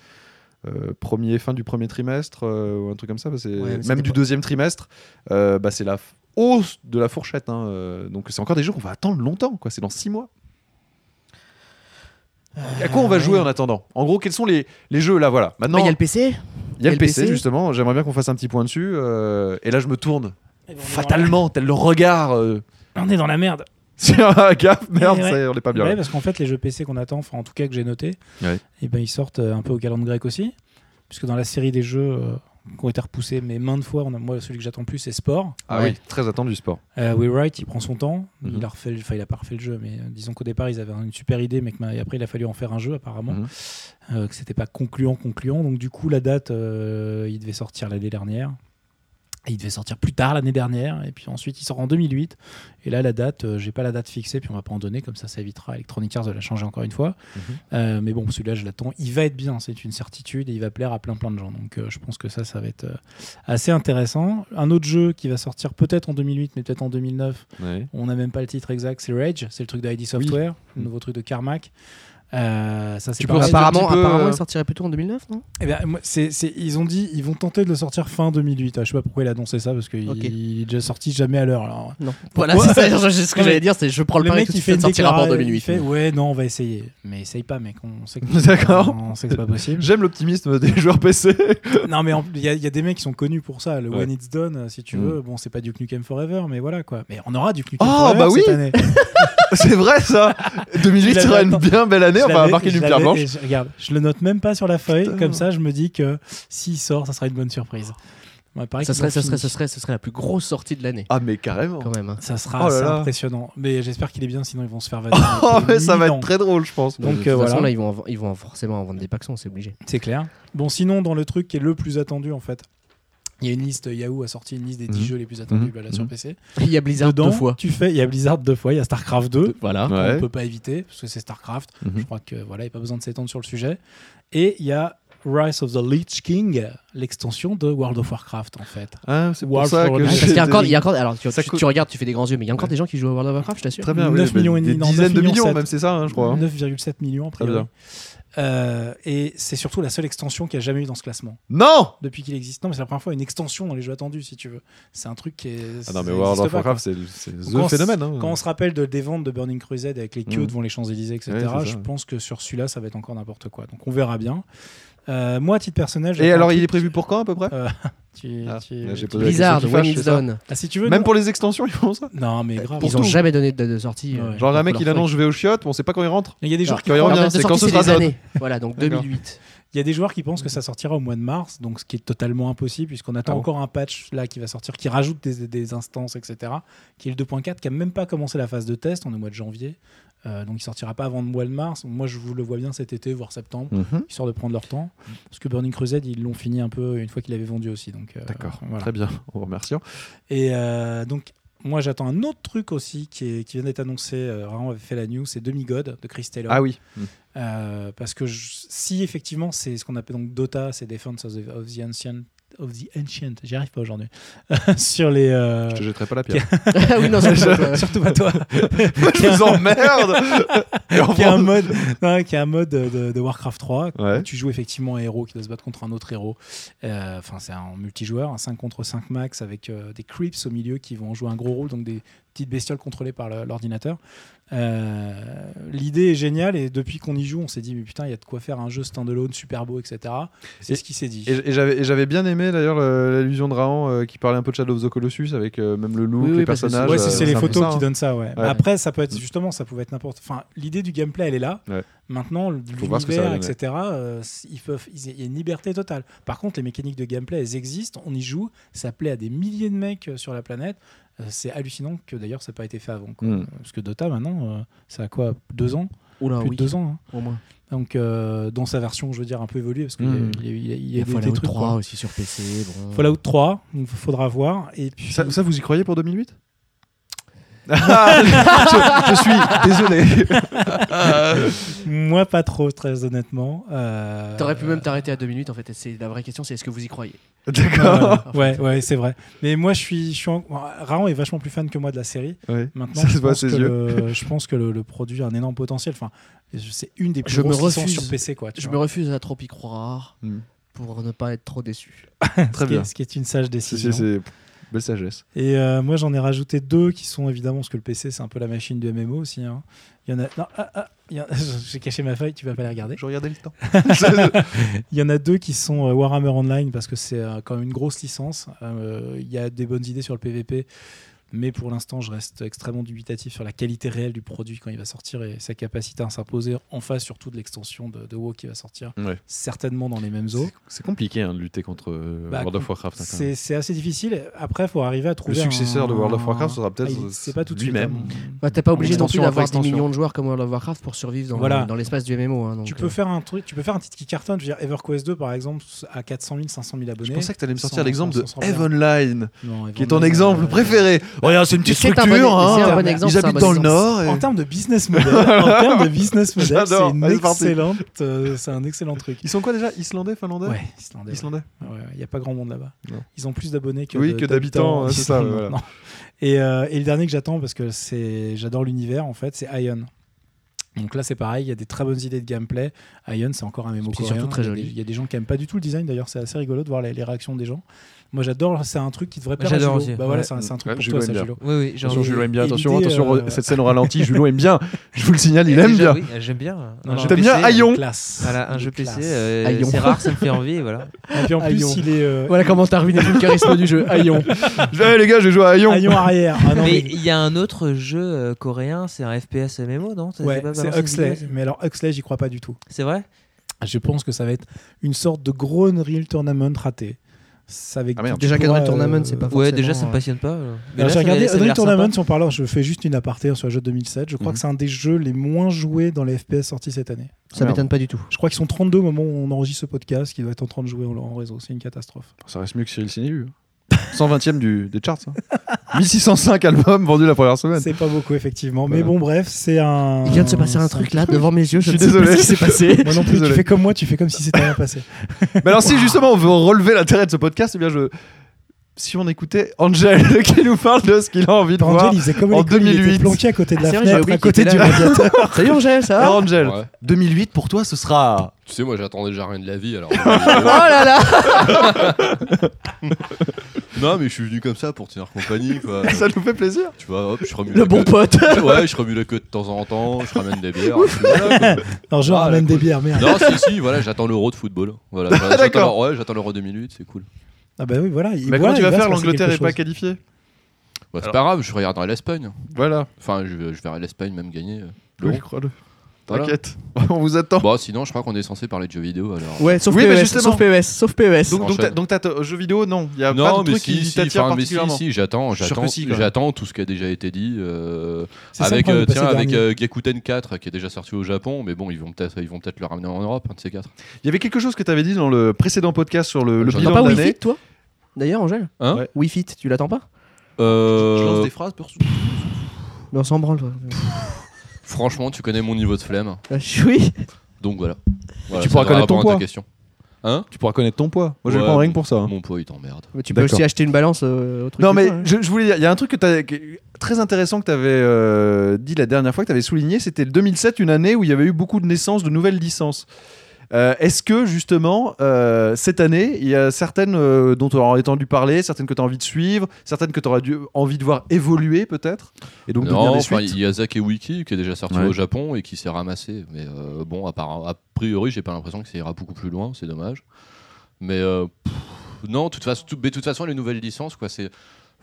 A: euh, premier, fin du premier trimestre euh, ou un truc comme ça, bah, c'est-
C: Ouais, mais
A: même
C: c'était
A: du
C: pas-
A: deuxième trimestre, euh, bah, c'est la f- hausse de la fourchette. hein, euh, donc c'est encore des jeux qu'on va attendre longtemps, quoi. c'est dans six mois.
C: Euh,
A: À quoi on va jouer en attendant En gros, quels sont les, les jeux là Voilà.
C: Mais
A: Maintenant,
C: il y a le PC
A: il y a le PC, justement. J'aimerais bien qu'on fasse un petit point dessus. euh, et là, je me tourne
B: Eh ben, on est dans la-
A: fatalement, tel le regard. euh, (laughs)
B: On est dans la merde.
A: C'est un gaffe, merde,
B: Eh ouais.
A: ça y est, on est pas bien.
B: Ouais,
A: là.
B: parce qu'en fait, les jeux PC qu'on attend, enfin en tout cas que j'ai noté,
A: Ouais.
B: et ben, ils sortent euh, un peu au calendrier grec aussi. Puisque dans la série des jeux euh, qui ont été repoussés, mais maintes fois, on a, moi celui que j'attends le plus, c'est Sport.
A: Ah
C: Ouais.
A: oui, très attendu sport.
B: Euh, Waywright, il prend son temps.
A: Mhm.
B: Il a refait, le- enfin, il a pas refait le jeu, mais euh, disons qu'au départ, ils avaient une super idée, mais que ma- après, il a fallu en faire un jeu, apparemment.
A: Mhm.
B: Euh, que c'était pas concluant, concluant. Donc, du coup, la date, euh, il devait sortir l'année dernière. Et il devait sortir plus tard l'année dernière. Et puis ensuite, il sort en 2008. Et là, la date, euh, j'ai pas la date fixée, puis on va pas en donner, comme ça, ça évitera à Electronic Arts de la changer encore une fois.
A: Mhm.
B: Euh, mais bon, celui-là, je l'attends. Il va être bien, c'est une certitude, et il va plaire à plein plein de gens. Donc, euh, je pense que ça, ça va être euh, assez intéressant. Un autre jeu qui va sortir peut-être en 2008, mais peut-être en 2009, on n'a même pas le titre exact, c'est Rage, c'est le truc d'ID Software, le nouveau truc de Carmack. Euh, ça, c'est
A: Tu
B: pas
A: peux
B: mal.
A: un rappeler-
C: Apparemment,
A: petit peu,
C: apparemment,
A: euh,
C: il sortirait plutôt en 2009, non
B: Eh ben, moi, c'est- c'est- ils ont dit ils vont tenter de le sortir fin 2008. Ah, je sais pas pourquoi il a annoncé ça parce qu'il
C: Ok.
B: il est déjà sorti jamais à l'heure. alors.
C: Non.
B: Pourquoi
C: (laughs) Voilà, c'est ça, je- je- ce que
B: Non, mais
C: j'allais dire, c'est je prends le,
B: Le
C: pari
B: mec
C: tout
B: il
C: de
B: fait
C: suite
B: une
C: de sortir avant
B: déclaration,
C: 2008.
B: il fait ouais non on va essayer. Mais essaye pas mec, on sait que
A: D'accord.
B: on sait que c'est (laughs) pas possible.
A: (laughs) J'aime l'optimisme des (laughs) joueurs PC.
B: non mais en plus, il y, a- il y a des mecs qui sont connus pour ça. Le
A: Ouais.
B: When It's Done, euh, si tu
A: Mm.
B: veux, bon c'est pas Duke Nukem Forever, mais voilà quoi. Mais on aura Duke Nukem
A: Oh,
B: Forever
A: bah oui.
B: cette année.
A: c'est vrai ça 2008
B: Je
A: sera une
B: l'avais-
A: bien belle année,
B: Je
A: on va
B: l'avais-
A: marquer
B: je
A: une pierre
B: l'avais
A: blanche.
B: et je- Regarde, je le note même pas sur la feuille,
A: Putain.
B: comme ça je me dis que s'il sort, ça sera une bonne surprise. Ouais, pareil
C: Ça
B: qu'ils
C: serait,
B: ont
C: ça, serait,
B: fini.
C: ça, serait, ça serait la plus grosse sortie de l'année,
A: Ah mais carrément.
C: quand même. hein.
B: Ça sera
A: Oh là
B: assez
A: là.
B: impressionnant. Mais j'espère qu'il est bien, sinon ils vont se (laughs) faire vader.
A: Oh
B: Mais
A: mais ça va
B: mille ans.
A: être très drôle je pense.
B: Donc,
C: de toute
B: euh,
C: façon,
B: voilà.
C: là, ils vont, en- ils vont forcément en vendre des paxons, c'est obligé.
B: C'est clair. Bon, sinon, dans le truc qui est le plus attendu, en fait, il y a une liste, euh, Yahoo a sorti une liste des 10
A: Mhm.
B: jeux les plus attendus
A: Mhm.
B: voilà, sur
A: Mhm.
B: PC.
C: (laughs) Il y a Blizzard
B: Dedans,
C: deux fois.
B: Tu fais, il y a Blizzard deux fois, il y a StarCraft 2. Voilà,
A: Ouais.
B: on peut pas éviter, parce que c'est StarCraft.
A: Mhm.
B: Je crois que voilà, il n'y a pas besoin de s'étendre sur le sujet. Et il y a Rise of the Lich King, l'extension de World of Warcraft, en fait.
A: Ah, c'est pour
B: Warframe,
A: ça que
B: ouais,
C: Ah, parce
A: j'ai
C: qu'il y a
A: des-
C: encore, il y a encore, alors tu,
A: Ça
C: tu-
A: coûte-
C: tu regardes, tu fais des grands yeux, mais il y a encore des gens qui jouent à World of Warcraft, je t'assure.
A: Très bien, oui,
B: 9
A: mais
B: millions et
A: des
B: demi, non,
A: dizaines
B: 9
A: de
B: millions
A: millions
B: sept.
A: même, c'est ça hein, je crois. hein.
B: 9,7 millions, a
A: Très
B: priori.
A: bien.
B: Euh, et c'est surtout la seule extension qu'il n'y a jamais eu dans ce classement.
A: Non
B: depuis qu'il existe. Non, mais c'est la première fois une extension dans les jeux attendus, si tu veux. C'est un truc qui est.
A: Ah non mais
B: ça
A: World
B: existe
A: of
B: pas,
A: Warcraft c'est c'est
B: Quand
A: the
B: on s-
A: phénomène. hein.
B: quoi. Quand on se rappelle de, des ventes de Burning Crusade avec les queues
A: Mhm.
B: devant les Champs-Élysées, etc.,
A: Ouais, c'est ça,
B: je
A: ouais.
B: pense que sur celui-là, ça va être encore n'importe quoi. Donc on verra bien. Euh, moi, à titre personnel.
A: Et
B: j'attends
A: alors
B: un
A: il est
B: truc-
A: prévu pour quand à peu près
B: Euh, tu-
A: Ah,
B: tu-
A: là, j'ai
B: tu-
A: posé la
C: Blizzard,
A: question qui
C: When
A: fâche,
C: It's
A: c'est ça
C: Done.
B: Ah, si tu veux.
A: Même
B: non.
A: pour les extensions ils font ça
B: Non, mais grave.
C: Ils
A: Pour
C: ont
A: tout.
C: jamais donné de date de sortie.
B: Ouais.
C: euh.
A: Genre un mec
C: leur
A: il annonce je vais au chiottes, on sait pas quand il rentre.
B: Il y a des
A: Alors,
B: joueurs qui
A: quand il
B: pensent-
A: revient,
C: Alors, date de
A: c'est quand
C: sortie,
A: ce
C: c'est
A: sera
C: les
A: Zone.
C: années. Voilà, donc
A: D'accord.
C: 2008.
B: Il y a des joueurs qui pensent que ça sortira au mois de mars, donc ce qui est totalement impossible, puisqu'on attend
A: Ah bon
B: encore un patch là qui va sortir, qui rajoute des, des instances, etc. Qui est le 2.4, qui a même pas commencé la phase de test, on est au mois de janvier. Euh, donc il sortira pas avant le mois de mars. Moi je vous le vois bien cet été, voire septembre,
A: Mhm.
B: histoire de prendre leur temps. Parce que Burning Crusade, ils l'ont fini un peu une fois qu'il avait vendu aussi. Donc, euh,
A: D'accord,
B: voilà.
A: très bien, on vous remercie.
B: Et euh, donc, moi, j'attends un autre truc aussi qui, est- qui vient d'être annoncé. euh, Raon avait fait la news, c'est Demigod de Chris Taylor.
A: Ah oui.
B: Euh, parce que je- si effectivement c'est ce qu'on appelle donc Dota, c'est Defense of the, of the Ancient, of the Ancient, j'y arrive pas aujourd'hui, (laughs) sur les. euh,
A: Je te jetterai pas la pierre.
C: (laughs) Ah oui, non, c'est pas toi.
B: (laughs) Surtout pas toi.
A: (laughs) je vous
B: (laughs)
A: emmerde Et en
B: qui a un
A: France-
B: mode, non, qui a un mode de, de Warcraft 3.
A: Ouais.
B: Tu joues effectivement un héros qui doit se battre contre un autre héros. Euh, Enfin, c'est un multijoueur, un 5 contre 5 max avec euh, des creeps au milieu qui vont jouer un gros rôle, donc des petites bestioles contrôlées par le- l'ordinateur. Euh, L'idée est géniale et depuis qu'on y joue, on s'est dit mais putain, il y a de quoi faire un jeu standalone super beau, etc. C'est
A: Et-
B: ce qui s'est dit.
A: Et j- et j'avais et j'avais bien aimé d'ailleurs le- l'allusion de Raon euh, qui parlait un peu de Shadow of the Colossus avec euh, même le look,
C: Oui, oui,
A: les
C: parce que c'est-
A: personnages.
B: Ouais,
C: euh,
B: c'est- c'est
C: c'est
B: les
C: un peu
B: photos
A: ça,
B: qui
A: hein.
B: donnent ça, ouais.
A: Ouais.
B: Après, ça peut être justement, ça pouvait être n'importe. Enfin, l'idée du gameplay, elle est là.
A: Ouais.
B: Maintenant,
A: voir ce que ça va
B: l'univers,
A: donner.
B: etc. euh, ils peuvent, ils- il y a une liberté totale. Par contre, les mécaniques de gameplay, elles existent. On y joue. Ça plaît à des milliers de mecs euh, sur la planète. Euh, C'est hallucinant que d'ailleurs ça n'a pas été fait avant. quoi.
A: Mm.
B: Parce que Dota maintenant, c'est à quoi Deux ans
C: Oula,
B: Plus
C: Ah oui,
B: de deux ans. hein.
C: au moins.
B: Donc euh, dans sa version, je veux dire, un peu évoluée, parce qu'il
A: Mm.
B: y a, il y a- il y a
C: Il y a
B: des,
C: Fallout
B: des trucs.
C: 3
B: quoi.
C: aussi sur PC. Bon.
B: Fallout 3, il faudra voir. Et puis,
A: Ça, ça, vous y croyez pour
B: (laughs)
A: 2008 Ah, je, je suis
B: (laughs)
A: désolé.
B: moi, pas trop, très honnêtement. Euh,
C: T'aurais pu même t'arrêter à 2 minutes en fait. et C'est la vraie question, c'est est-ce que vous y croyez
A: D'accord.
B: Ah, voilà. ouais, ouais, c'est vrai. Mais moi, je suis, je suis en- bon, Raon est vachement plus fan que moi de la série.
A: Ouais.
B: Maintenant,
A: Ça
B: je,
A: se voit à
B: pense que
A: ses yeux.
B: le, je pense que le, le produit a un énorme potentiel. Enfin, c'est une des plus
C: Je me
B: grosses licences
C: refuse.
B: sur PC, quoi. tu
C: Je me
B: vois.
C: refuse à trop y croire
A: Hmm.
C: pour ne pas être trop déçu.
A: Très
B: Ce qui est-
A: bien.
B: Ce qui est une sage
A: C'est
B: décision.
A: c'est- c'est- belle sagesse.
B: Et euh, moi, j'en ai rajouté deux qui sont évidemment parce que le PC, c'est un peu la machine du MMO aussi. hein. Il y en a. (laughs) Non, ah, ah, il y en- j'ai caché ma feuille, tu vas pas la regarder.
A: Je regardais le temps.
B: Il y en a deux qui sont euh, Warhammer Online parce que c'est euh, quand même une grosse licence. Euh, Il y a des bonnes idées sur le PVP, mais pour l'instant, je reste extrêmement dubitatif sur la qualité réelle du produit quand il va sortir et sa capacité à s'imposer en face, surtout de l'extension de, de WoW qui va sortir,
A: Ouais.
B: certainement dans les mêmes eaux.
A: C'est compliqué hein, de lutter contre euh,
B: Bah,
A: World of Warcraft. hein, quand même.
B: C'est c'est assez difficile. Après, il faut arriver à
A: Le
B: trouver.
A: successeur de World of Warcraft
B: sera
A: sera peut-être
B: C'est Ah, pas tout de suite,
A: lui-même.
B: hein.
C: Bah, T'es pas obligé non plus
A: Extension
C: d'avoir
A: après
C: 10
A: extension.
C: millions de joueurs comme World of Warcraft pour survivre dans
B: Voilà.
C: dans l'espace du MMO. hein, donc,
B: Tu
C: euh,
B: peux faire un truc, tu peux faire un titre qui cartonne. Je veux dire, EverQuest 2 par exemple à 400 000, 500 000 abonnés.
A: Je pensais que tu allais me sortir
B: sans-
A: l'exemple
B: sans
A: de
B: s'en sortir.
A: Eve Online,
B: Non,
A: qui est ton
B: Evenline,
A: exemple
B: euh,
A: préféré. Oh, Regarde, c'est une petite
C: c'est un bon-
A: structure. hein.
C: c'est
B: un bon
C: exemple,
A: Ils
C: c'est un
A: habitent
C: bon
A: dans le
C: exemple.
A: Nord. et-
B: En termes de business model,
A: (laughs)
B: en termes de business model, c'est
A: Oh, J'adore.
B: une
A: Allez, c'est parti.
B: excellente, euh, c'est un excellent truc.
A: Ils sont quoi déjà Islandais, finlandais
B: Ouais, islandais. ouais.
A: Islandais.
B: Ouais, ouais, Il n'y a pas grand monde là-bas.
A: Non.
B: Ils ont plus d'abonnés que
A: Oui,
B: de-
A: que d'habitants, hein,
B: d'habitants
A: c'est
B: (laughs)
A: ça,
B: maintenant.
A: voilà.
B: Et, euh, et le dernier que j'attends parce que c'est, j'adore l'univers en fait, c'est Ion. Donc là, c'est pareil, il y a des très bonnes idées de gameplay. Ion, c'est encore un MMO
C: Puis
B: coréen.
C: c'est surtout très
B: Il y a
C: joli.
B: des- Il y a des gens qui aiment pas du tout le design. D'ailleurs, c'est assez rigolo de voir les, les réactions des gens. Moi, j'adore. C'est un truc qui devrait plaire. à
D: J'adore
B: Julo.
D: aussi.
B: Bah voilà,
D: Ouais.
B: c'est un, c'est un truc
A: Ouais,
B: pour
A: Julo
B: toi,
A: aime
B: ça,
A: bien.
B: Julo.
D: Oui, oui, j'ai
B: Attention,
A: Attention,
D: envie-
B: Jules
A: Julo aime bien.
B: et
A: Attention,
B: l'idée,
A: attention.
B: euh,
A: re- Cette scène au ralenti, Julo aime bien. Je vous le signale, il aime
D: Ah, Déjà,
A: bien.
D: oui, J'aime bien.
B: Non,
D: Un jeu
A: T'aimes bien
D: PC,
A: Aion
B: Classe.
D: Voilà, un jeu
B: Classe.
D: PC, euh,
C: Aion.
D: c'est rare, ça me fait envie, et voilà.
B: Et puis en plus,
C: Aion.
B: il est euh,
C: Voilà comment t'as ruiné tout le charisme du jeu. Aïon.
A: Je- (laughs) Eh, les gars, je joue à Aion.
B: haillon arrière. Ah non,
D: mais
B: mais-
D: il y a un autre jeu euh, coréen, c'est un FPS MMO, non Ça,
B: Ouais,
D: pas
B: c'est hein,
D: balancé
B: Huxley.
D: vidéo,
B: Mais alors, Huxley, j'y crois pas du tout.
D: ça C'est vrai
B: Je pense que ça va être une sorte de gros Unreal Tournament raté. Ça avec
A: Ah merde.
C: Déjà qu'Unreal Tournament, c'est pas
D: Ouais, déjà,
C: forcément,
D: ça me
C: euh,
D: passionne pas. euh. Mais
B: Alors, j'ai
D: là, ça m'a-
B: regardé
D: ça m'a
B: Unreal
D: l'air
B: Tournament,
D: sympa.
B: si on parle, je fais juste une aparté sur le jeu 2007. Je crois
A: Mhm.
B: que c'est un des jeux les moins joués dans les FPS sortis cette année.
C: Ça
A: Merde.
C: m'étonne pas du tout.
B: Je crois qu'ils sont 32 au moment où on enregistre ce podcast, qui doit être en train de jouer en, en réseau. C'est une catastrophe.
A: Ça reste mieux que Cyril Sinéhu. 120ème du, des charts.
B: (laughs)
A: hein. 1605 albums vendus la première semaine.
B: C'est pas beaucoup, effectivement. Mais
A: Voilà.
B: bon, bref, c'est un.
C: Il vient de se passer un
B: c'est
C: truc là devant mes yeux.
A: Je
C: Je
A: suis
C: ne sais pas
A: désolé.
C: ce qui s'est passé.
B: Moi non plus, tu
A: Désolé.
B: fais comme moi, tu fais comme si c'était rien passé.
A: Mais alors, si justement on veut relever l'intérêt de ce podcast, eh bien je. Si on écoutait Angel (laughs) qui nous parle de ce qu'il a envie de
B: Angel,
A: voir.
B: il faisait comme
A: en
B: les couilles, il
A: 2008.
B: était planqué à côté de la
C: C'est vrai,
B: fenêtre,
C: j'avais
B: à
C: oublié
B: côté
C: qu'il
B: du
C: était là.
B: radiateur.
C: Salut Angèle, ça va
A: Alors, Angel,
E: Ouais.
A: 2008 pour toi ce sera.
E: Tu sais, moi j'attendais déjà rien de la vie alors.
C: Oh là là
E: (laughs) non, mais je suis venu comme ça pour tenir compagnie quoi.
A: (laughs) Ça nous fait plaisir.
E: tu vois, hop, je remue
C: Le
E: la
C: bon
E: queue.
C: pote
E: Ouais, je remue la queue de temps en temps, je ramène des bières. puis voilà, quoi.
B: Non, je
E: Ah,
B: ramène
E: la
B: des
E: couille.
B: bières, merde.
E: non, si, si, voilà, j'attends l'euro de football.
A: (laughs)
E: Voilà, j'attends
A: D'accord.
E: l'Euro- Ouais, j'attends l'euro 2008, c'est cool.
B: Ah bah oui, voilà. il-
A: Mais comment
B: voilà,
A: tu
B: il
A: vas
B: va se
A: faire
B: passer
A: L'Angleterre
B: quelque
A: est pas
B: chose.
A: qualifiée
E: Bah, c'est pas grave, je regarderai l'Espagne.
A: Voilà.
E: Enfin, je, vais- je verrai l'Espagne même gagner. euh, l'euro.
A: Oui, crois-le.
E: Voilà.
A: T'inquiète. (laughs) On vous attend.
E: Bon, sinon, je crois qu'on est censé parler de jeux vidéo alors.
C: Ouais, sauf
A: Oui, mais
C: PES,
A: justement.
C: sauf PES, sauf E PES.
A: Donc, donc,
E: Enchaîne.
A: t'as- donc t'as t- jeux vidéo, non. Il y a pas
E: non,
A: de
E: mais
A: truc
E: si,
A: qui
E: si,
A: t'attire
E: enfin, mais si,
A: particulièrement.
E: si, j'attends,
A: Je suis sûr
E: j'attends,
A: que si, quand même.
E: j'attends tout ce qui a déjà été dit. euh,
B: C'est ça le
E: avec
B: problème
E: euh,
B: de passer
E: tiens, avec
B: dernier.
E: euh, Gekuten 4 qui est déjà sorti au Japon, mais bon, ils vont peut-être, ils vont peut-être le ramener en Europe, un de ces quatre.
A: Il y avait quelque chose que t'avais dit dans le précédent podcast sur le, le bilan
E: J'entends
C: T'attends pas
A: de
C: Wii
A: l'année.
C: Fit, toi D'ailleurs, Angèle
E: Hein
A: Ouais.
C: Wii Fit, tu l'attends pas
E: Euh,
A: phrases pour.
C: Mais on s'en branle, toi.
E: Franchement, tu connais mon niveau de flemme,
C: Ah, je- Oui
E: donc voilà. Voilà,
A: tu
E: ça
A: pourras
E: doit
A: connaître ton
E: répondre
A: poids.
E: à ta question. Hein
A: Tu pourras connaître ton poids. Moi, je vais
E: Ouais,
A: prendre rien
E: bon.
A: que pour ça. hein.
E: Mon poids, il t'emmerde.
C: Mais tu peux
A: D'accord.
C: aussi acheter une balance euh, au truc.
A: Non,
C: du
A: mais
C: coin, hein.
A: je, je voulais dire, il y a un truc que t'as- que- très intéressant que euh, tu avais dit la dernière fois, que tu avais souligné, c'était le 2007, une année où il y avait eu beaucoup de naissances de nouvelles licences. Euh, Est-ce que justement, euh, cette année, il y a certaines euh, dont on aurait entendu parler, certaines que tu as envie de suivre, certaines que tu aurais envie de voir évoluer peut-être Et donc devenir
E: Non,
A: des
E: enfin,
A: suites
E: il y a Zach et Wiki qui est déjà sorti
A: Ouais.
E: au Japon et qui s'est ramassé. Mais euh, bon, à part- a priori, j'ai pas l'impression que ça ira beaucoup plus loin, c'est dommage. Mais euh, pff, non, de toute façon, tout- mais de toute façon, les nouvelles licences, quoi, c'est.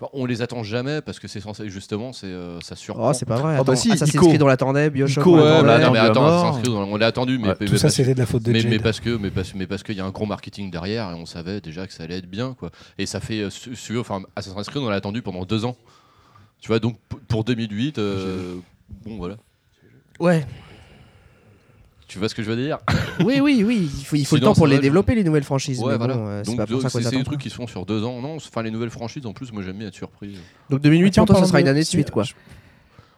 E: enfin, on les attend jamais parce que c'est censé justement, c'est euh, ça surprend.
C: Oh, c'est pas vrai.
A: Ah bah
C: Attends,
A: si,
C: Assassin's
A: Ico.
C: Creed, on l'attendait. Bioshock,
A: Ico,
C: on
E: ouais,
A: ouais,
E: bah,
C: l'attendait.
E: non, mais
A: on
E: attends,
A: l'a mort.
E: Assassin's Creed, on l'a attendu, mais,
A: Ouais,
E: mais
B: Tout ça,
E: parce-
B: c'était de la faute de
E: mais, mais
B: Jade.
E: parce que mais parce mais parce qu'il y a un gros marketing derrière et on savait déjà que ça allait être bien quoi. Et ça fait euh, su- su- enfin Assassin's Creed on l'a attendu pendant deux ans. Tu vois donc p- pour 2008 euh, bon voilà.
C: Ouais.
E: Tu vois ce que je veux dire
C: Oui, oui, oui. Il faut, il faut le
E: Sinon,
C: temps pour
E: ça
C: les
E: va, je-
C: développer, les nouvelles franchises.
E: Ouais
C: mais
E: voilà.
C: bon, euh, c'est
E: donc
C: pas pour
E: de-
C: ça qu'on
E: c'est
C: les
E: c'est
C: attend.
E: des trucs qui se font sur deux ans. Non, c'est- enfin les nouvelles franchises en plus moi j'aime bien être surpris.
C: Donc 2008,
B: Tiens,
C: pour toi,
B: parlons
C: ce sera une
B: de-
C: année de
B: si-
C: suite, quoi.
B: je-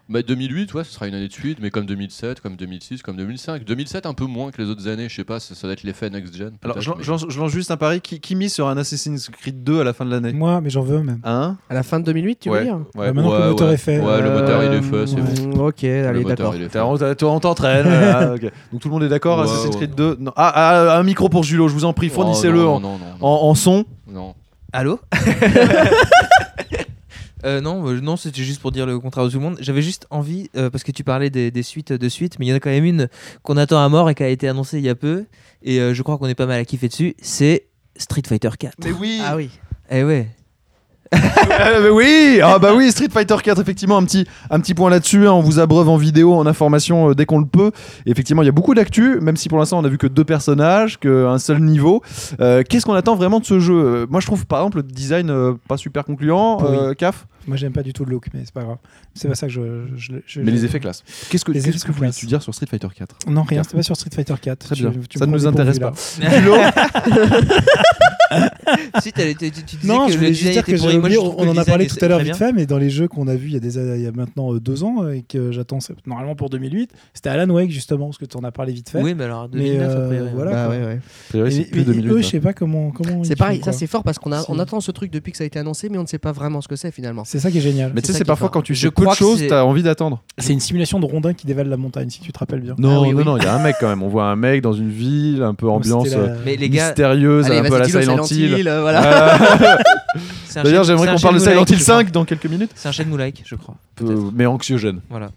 E: Bah 2008 ouais, ce sera une année de suite mais comme 2007, comme 2006, comme 2005, 2007 un peu moins que les autres années, je sais pas, ça, ça doit être l'effet next gen.
A: Alors,
E: peut-être,
A: je,
E: mais-
A: lance- je lance juste un pari. Qui, qui mise sur un Assassin's Creed 2 à la fin de l'année
B: Moi, mais j'en veux même.
A: Hein
C: À la fin de 2008, tu veux
A: Ouais.
C: dire
B: Bah, maintenant que le moteur
E: ouais.
B: est fait.
E: Ouais, le moteur il est
C: Euh,
E: fait, c'est bon.
C: mm, Ok, allez,
E: Le moteur,
C: d'accord.
E: il est fait. Oh,
A: T'as- on- Toi, on t'entraîne. (laughs) voilà, Ah, ok. Donc tout le monde est d'accord,
E: Ouais,
A: Assassin's
E: ouais.
A: Creed 2. Non. Ah, ah, un micro pour Julo, je vous en prie, fournissez-le
E: Oh,
A: en,
E: non, non, non, non.
A: en- en son.
E: Non.
D: Allô Euh, non, euh, non, c'était juste pour dire le contraire de tout le monde. J'avais juste envie, euh, parce que tu parlais des, des suites de suites, mais il y en a quand même une qu'on attend à mort et qui a été annoncée il y a peu, et euh, je crois qu'on est pas mal à kiffer dessus, c'est Street Fighter 4.
A: Mais oui,
C: Ah oui.
D: Eh ouais.
A: Euh, mais oui, ah bah oui, Street Fighter 4, effectivement, un petit, un petit point là-dessus. hein. on vous abreuve en vidéo, en information euh, dès qu'on le peut. Et effectivement, il y a beaucoup d'actu, même si pour l'instant on a vu que deux personnages, qu'un seul niveau. Euh, Qu'est-ce qu'on attend vraiment de ce jeu Euh, Moi, je trouve par exemple le design euh, pas super concluant.
B: Oui.
A: euh, CAF,
B: Moi, j'aime pas du tout le look, mais c'est pas grave. C'est pas ça que je. je- je-
A: mais
B: je-
A: les effets classe. Qu'est-ce que,
B: Les
A: qu'est-ce
B: effets
A: que
B: classe.
A: voulais-tu dire sur Street Fighter 4 (laughs)
B: Non, rien, c'était pas sur Street Fighter 4.
A: Très
B: Tu-
A: bien.
B: tu
A: Ça
B: me
A: ne nous
B: prends
A: intéresse
B: dépourvu,
A: pas.
B: là.
A: Julo
D: si, t'as- tu, tu disais
B: Non,
D: que
B: je
D: le
B: voulais juste
D: design
B: dire que
D: était
B: j'ai
D: pourri. Moi,
B: oublié,
D: je trouve que
B: on
D: le
B: en a
D: design
B: parlé
D: est-
B: tout à l'heure
D: très
B: vite fait, mais dans les jeux qu'on a vus il y a, des, il y a maintenant euh, deux ans euh, et que j'attends, c'est- normalement pour 2008, c'était Alan Wake justement, parce que tu en as parlé vite fait.
D: bien. Oui, mais alors
B: Mais,
D: 2009
B: euh,
D: a priori.
B: voilà.
C: Bah
B: quoi.
C: ouais, ouais.
B: Et-
A: c'est plus
B: et- et
A: 2008,
B: eux,
A: là.
B: je sais pas comment. comment
C: C'est
B: ils
C: pareil,
B: font,
C: ça
B: quoi.
C: c'est fort parce qu'on a-
B: C'est-
C: on attend ce truc depuis que ça a été annoncé, mais on ne sait pas vraiment ce que c'est finalement.
B: C'est ça qui est génial.
A: Mais tu sais,
C: ça
A: c'est
C: qui est
A: parfois
C: fort.
A: quand tu
D: Je
A: sais peu de
D: crois que
A: choses,
D: c'est-
A: t'as envie d'attendre.
B: C'est une simulation de rondin qui dévale la montagne, si tu te rappelles bien.
A: Non,
C: oui,
A: non,
C: oui.
A: non, il y a un mec quand même. On voit un mec dans une ville, un peu ambiance
B: Oh,
A: euh,
B: C'était la-
D: Mais les gars,
A: mystérieuse,
C: Allez,
A: un peu à la
C: vas-y, dis-le,
A: Silent Hill.
C: Hill, euh, voilà.
A: (laughs) Euh,
D: c'est un
A: D'ailleurs,
D: chef- c'est
A: j'aimerais
D: un
A: qu'on parle de
D: chef
A: Silent
D: Moulike,
A: Hill
D: je crois.
A: 5 dans quelques minutes,
D: C'est un chef Moulike, je crois.
A: Euh, mais anxiogène.
D: Voilà.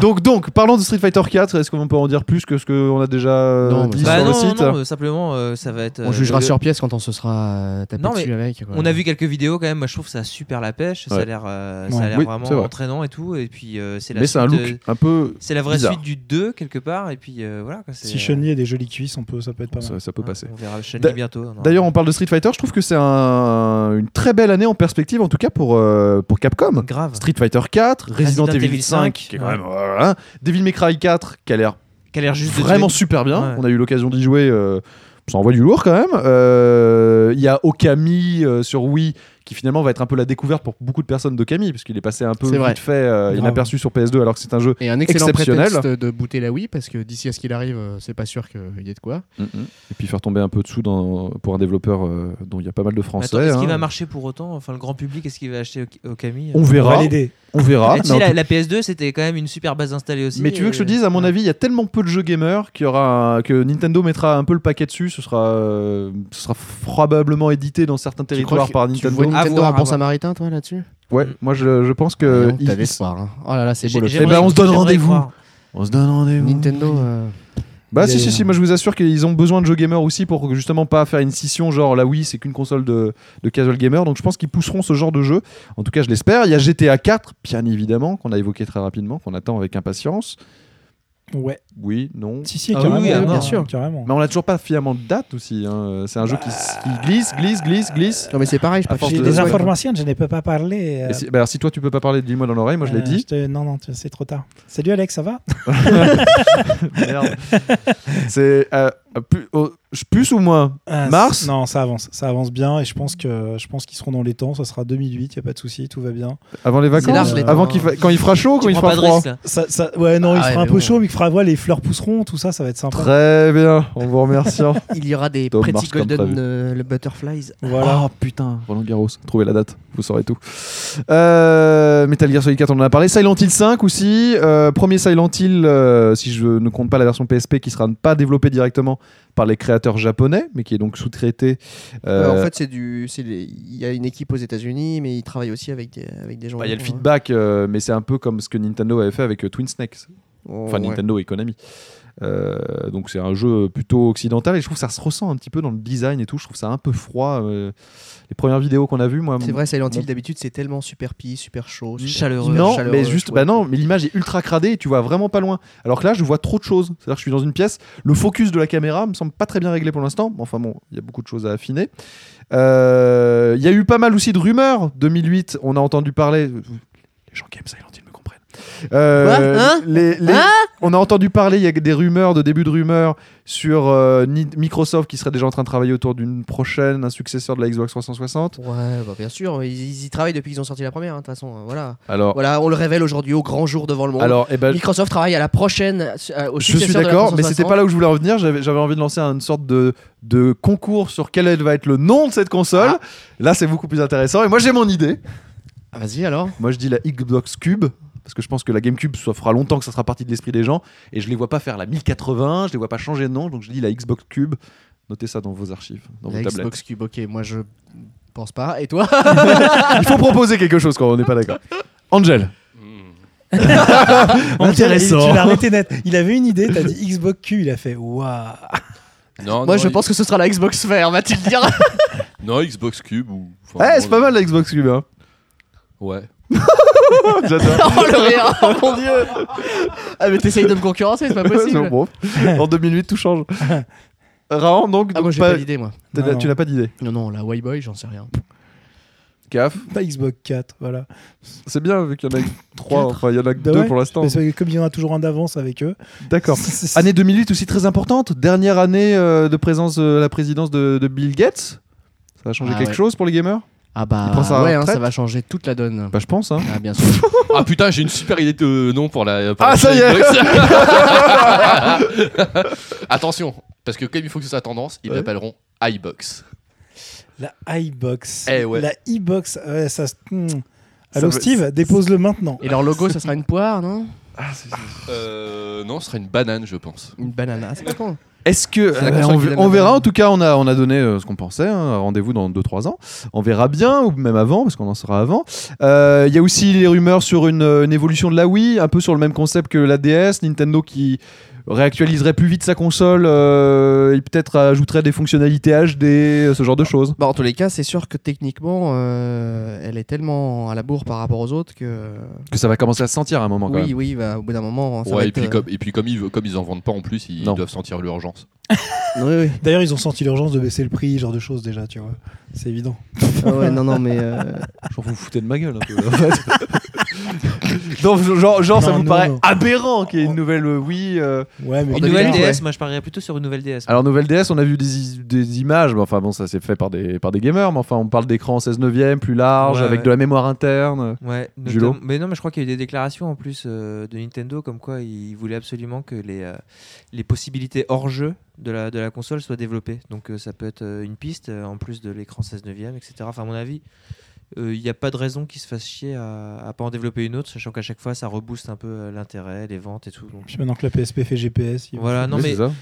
A: Donc, donc, parlons de Street Fighter 4. Est-ce qu'on peut en dire plus que ce qu'on a déjà euh,
C: Non, mais
A: dit
D: Bah
A: sur
D: non,
A: le site
D: non, non, euh, simplement, euh, ça va être. euh,
C: On jugera
D: le-
C: sur pièce quand on se sera euh, tapé
D: Non, mais
C: dessus avec. quoi.
D: On a vu quelques vidéos quand même, moi je trouve ça super la pêche, ça
A: Ouais.
D: a l'air euh, ça a
B: Ouais.
D: l'air
A: Oui,
D: vraiment
A: c'est vrai.
D: entraînant et tout, et puis euh, c'est la
A: Mais c'est un
D: suite,
A: look
D: euh,
A: un peu.
D: c'est la vraie
A: bizarre.
D: suite du 2 quelque part, et puis euh, voilà. quoi, c'est,
B: Si
D: euh,
B: Chenny a des jolies cuisses, on peut, ça peut être pas mal.
A: Ça, ça peut
D: ouais,
A: passer.
D: On verra Chun-Li
A: D'a-
D: bientôt. on aura-
A: D'ailleurs, on parle de Street Fighter. Je trouve que c'est un- une très belle année en perspective, en tout cas pour, euh, pour Capcom.
D: grave.
A: Street Fighter 4, Resident,
D: Resident
A: Evil,
D: Evil
A: 5,
D: 5,
A: qui est quand
D: ouais.
A: même. euh, hein, Devil May Cry 4, qui a l'air
D: Qui a l'air juste de
A: vraiment
D: tuer.
A: super bien.
D: Ouais.
A: On a eu l'occasion d'y jouer. euh, ça envoie du lourd quand même. Euh, Il y a Okami euh, sur Wii qui finalement va être un peu la découverte pour beaucoup de personnes d'Okami parce qu'il est passé un peu
C: C'est
A: vite
C: vrai.
A: fait euh,
B: Grave.
A: inaperçu sur PS2 alors que c'est un jeu.
C: Et un excellent
A: Exceptionnel.
C: prétexte de booter la Wii parce que d'ici à ce qu'il arrive, euh, c'est pas sûr qu'il y ait de quoi.
A: Et puis faire tomber un peu de sous dans- pour un développeur euh, dont il y a pas mal de
D: Mais
A: français.
D: attends, est-ce qu'il
A: hein.
D: va marcher pour autant Enfin, le grand public, est-ce qu'il va acheter au, au Camille
A: on
B: On va
A: verra.
B: l'aider.
A: On verra.
D: Et tu
A: mais en
D: sais, la,
A: tout-
D: la PS2, c'était quand même une super base installée aussi. euh,
A: mais tu veux
D: et-
A: que je te dise, à mon
D: ouais.
A: avis, il y a tellement peu de jeux gamers qu'il y aura un- que Nintendo mettra un peu le paquet dessus. Ce sera, euh, ce sera probablement édité dans certains territoires
C: que-
A: par
C: Tu
A: Nintendo.
C: vois Nintendo
D: voir,
C: en
D: à
C: bon
D: voir.
C: samaritain, toi, là-dessus
A: Ouais,
B: Mm.
A: moi je, je pense que.
C: Non,
A: Euh, il-
C: T'as l'espoir. hein. Oh là là, c'est beau
D: J'ai-
C: le
A: Eh
D: j'aimerais-
A: ben, on se donne
D: j'aimerais y
A: rendez-vous.
D: croire.
A: On se donne rendez-vous.
C: Nintendo. euh,
A: Bah
B: Il y
A: si
B: a-
A: si si, moi je vous assure qu'ils ont besoin de jeux gamers aussi pour que, justement pas faire une scission genre la Wii c'est qu'une console de, de casual gamer donc je pense qu'ils pousseront ce genre de jeu. En tout cas je l'espère. Il y a GTA 4 bien évidemment qu'on a évoqué très rapidement qu'on attend avec impatience.
B: Ouais.
A: Oui non.
B: Si, si,
D: Ah
B: carrément.
D: oui, oui, ah,
B: carrément,
D: bien
C: sûr.
B: Carrément.
A: Mais on n'a toujours pas finalement de date aussi. hein. C'est un jeu qui, s- qui glisse glisse glisse glisse.
C: Non, mais c'est pareil, je
A: À
C: préfère
A: force
B: J'ai
A: de-
B: des
A: Ouais.
B: informations, je ne peux pas parler. euh,
A: Et si- bah, alors si toi tu peux pas parler de dis-moi dans l'oreille moi je l'ai
B: euh,
A: dit.
B: te- Non, non, tu- c'est trop tard. Salut Alex, ça va
A: Merde. (laughs) C'est euh, Ah, plus, oh, je- plus ou moins (laughs)
B: Ah,
A: Mars
B: c- Non, ça avance, ça avance bien et je pense que je pense qu'ils seront dans les temps. Ça sera 2008, y a pas de souci, tout va bien.
A: Avant les vacances
B: large, les
A: Avant
C: temps,
A: qu'il
C: hein.
A: fa- Quand il fera chaud ou quand il
D: Tu
A: fera
D: prends pas de
A: froid
D: risque là.
B: Ça, ça- ouais, non,
C: Ah
B: il
C: ouais,
B: fera un
C: mais
B: peu
C: bon.
B: chaud, mais que fera ouais, les fleurs pousseront, tout ça, ça va être sympa.
A: Très bien, on vous remercie.
C: Il y aura des
A: Tom
C: Pretty
A: marche comme
C: Golden
A: prévu.
C: euh, le Butterflies.
B: Voilà.
A: Oh putain, (laughs) Roland Garros, trouvez la date, vous saurez tout. Euh, Metal Gear Solid 4, on en a parlé. Silent Hill 5 aussi. euh, premier Silent Hill, euh, si je ne compte pas la version PSP qui sera pas développée directement par les créateurs japonais, mais qui est donc sous-traité.
C: Euh,
A: euh,
C: en fait, c'est du, c'est les- il y a une équipe aux États-Unis, mais ils travaillent aussi avec des, avec des gens.
A: bah, il y a le
C: ouais.
A: feedback, euh, mais c'est un peu comme ce que Nintendo avait fait avec euh, Twin Snakes.
C: Oh,
A: Enfin,
C: ouais.
A: Nintendo et Konami. Euh, donc c'est un jeu plutôt occidental et je trouve que ça se ressent un petit peu dans le design et tout. Je trouve ça un peu froid. euh, les premières vidéos qu'on a vues, moi,
C: C'est vrai, Silent
A: Mm.
C: Hill d'habitude c'est tellement super pisse, super chaud, super
D: Chaleureux.
A: Non,
C: chaleureux,
A: mais juste,
C: chouette.
A: bah non, mais l'image est ultra cradée et tu vois vraiment pas loin. Alors que là, je vois trop de choses. C'est-à-dire que je suis dans une pièce, le focus de la caméra me semble pas très bien réglé pour l'instant. Mais Enfin bon, il y a beaucoup de choses à affiner. Euh, Il y a eu pas mal aussi de rumeurs. 2008, on a entendu parler. euh, Les gens qui aiment Silent Hill me comprennent. Euh,
D: Quoi Hein
A: les- les-
D: Hein
A: on a entendu parler, il y a des rumeurs, de début de rumeurs sur euh, Ni- Microsoft qui serait déjà en train de travailler autour d'une prochaine, un successeur de la Xbox 360.
C: Ouais, bah bien sûr, ils, ils y travaillent depuis qu'ils ont sorti la première, hein, de toute façon. hein, Voilà.
A: Alors,
C: voilà, on le révèle aujourd'hui au grand jour devant le monde.
A: alors eh ben,
C: Microsoft travaille à la prochaine, euh, au
A: Je suis
C: successeur de la
A: d'accord, mais c'était
C: 360.
A: pas là où je voulais en venir. J'avais j'avais envie de lancer une sorte de, de concours sur quel va être le nom de cette console.
C: Ah.
A: Là, c'est beaucoup plus intéressant. Et moi, j'ai mon idée.
C: Ah, Vas-y alors.
A: Moi, je dis la Xbox Cube. Parce que je pense que la GameCube, ça fera longtemps que ça sera partie de l'esprit des gens. Et je les vois pas faire la 1080, je les vois pas changer de nom. Donc je dis la Xbox Cube. Notez ça dans vos archives, dans
C: La
A: vos tablettes.
C: Xbox Cube, ok, moi je pense pas. Et toi
A: Il faut proposer quelque chose quand on n'est pas
C: (laughs)
A: d'accord. Angel.
B: Tu l'as arrêté net. Il avait une idée, t'as dit Xbox Q, il a fait waouh. (laughs)
E: Non,
C: Moi
E: non,
C: je
E: il-
C: pense que ce sera la Xbox Sphere, va-t-il dire
E: Non, Xbox Cube ou. enfin,
A: Ouais,
C: Eh,
E: bon,
A: Eh, c'est pas mal la Xbox Cube.
C: (laughs)
A: Hein.
E: Ouais.
A: J'adore.
C: (laughs) Oh le rire,
A: (laughs)
C: oh mon dieu Ah mais t'essayes de me concurrencer, c'est pas
A: Ouais,
C: possible
A: (laughs) c'est bon. en 2008, tout
C: (laughs)
A: change. Raon, donc,
C: Ah moi
A: donc
C: j'ai
A: pas-
C: pas d'idée moi.
A: t'as-
B: Non, non.
A: tu n'as pas d'idée.
C: Non non, la Wayboy, j'en sais rien.
A: Caf.
B: Pas Xbox 4, voilà.
A: C'est bien vu qu'il y en a que trois,
B: Quatre.
A: enfin il y en a que
B: Bah
A: deux
B: ouais,
A: pour l'instant.
B: Parce que comme il y en a toujours un d'avance avec eux.
A: D'accord. Année 2008 aussi très importante, dernière année euh, de présence euh, à la présidence de, de Bill Gates. Ça va changer
C: Ah
A: quelque
C: ouais.
A: chose pour les gamers
C: Ah bah
A: Il prend sa
C: ouais, hein,
A: retraite
C: ça va changer toute la donne.
A: Bah je pense hein.
C: Ah bien sûr.
E: Ah putain, j'ai une super idée de nom pour la. pour
A: Ah,
E: la
A: ça y est.
E: Xbox. (laughs) Attention, parce que comme il faut que ce soit tendance, ils
A: Ouais.
E: l'appelleront iBox.
B: La iBox.
E: Eh ouais.
B: La iBox. ouais, ça. se- hmm.
A: Ça
B: Allô
A: veut-
B: Steve, dépose-le maintenant.
C: Et leur logo, ça sera une poire, non
E: Euh, non, ce serait une banane, je pense.
C: Une banana, c'est pas con.
A: Est-ce que
C: C'est la
A: euh,
C: console
A: on,
C: qu'ils aiment
A: on verra
C: bien.
A: en tout cas on a on a donné euh, ce qu'on pensait hein, rendez-vous dans 2-3 ans on verra bien ou même avant parce qu'on en sera avant Euh, il y a aussi les rumeurs sur une, euh, une évolution de la Wii un peu sur le même concept que la DS Nintendo qui réactualiserait plus vite sa console euh, et peut-être ajouterait des fonctionnalités HD ce genre de choses
C: Bah, en tous les cas, c'est sûr que techniquement, euh, elle est tellement à la bourre par rapport aux autres que.
A: que ça va commencer à se sentir à un moment quand
C: oui,
A: même
C: oui, bah, au bout d'un moment,
A: Ah,
C: ça va
E: ouais, et
C: être,
E: puis,
C: euh, (laughs)
E: comme, et puis comme, ils, comme ils en vendent pas en plus, ils
A: Non.
E: doivent sentir l'urgence.
C: Oui, oui.
B: D'ailleurs, ils ont senti l'urgence de baisser le prix, genre de choses déjà, tu vois. C'est évident.
C: Ah ouais, non, non, mais. (laughs) euh,
A: Genre, vous vous foutez de ma gueule (laughs) un peu. en fait. Donc, genre, genre, ça
B: Non,
A: vous
B: non,
A: paraît
B: non.
A: aberrant qu'il y ait une nouvelle euh, Wii. euh.
B: Ouais, mais
D: Une
C: En
D: nouvelle
C: 2015,
D: DS, moi je parierais plutôt sur une nouvelle DS.
A: Alors, nouvelle DS, on a vu des, i- des images, mais enfin bon, ça c'est fait par des, par des gamers, mais enfin on parle d'écran en 16 neuvième, plus large,
D: Ouais,
A: avec
D: ouais.
A: de la mémoire interne.
D: Ouais,
A: Julo
D: notamment- mais non, mais je crois qu'il y a eu des déclarations en plus euh, de Nintendo comme quoi ils voulaient absolument que les, euh, les possibilités hors jeu de la, de la console soient développées. Donc euh, ça peut être euh, une piste euh, en plus de l'écran 16 neuvième, etc. Enfin, à mon avis, euh, il n'y a pas de raison qu'ils se fassent chier à, à pas en développer une autre, sachant qu'à chaque fois ça rebooste un peu euh, l'intérêt, les ventes et tout. Donc,
B: Puis maintenant que la PSP fait GPS. ils vont-
D: voilà, Ah non
A: Oui,
D: mais
A: c'est ça.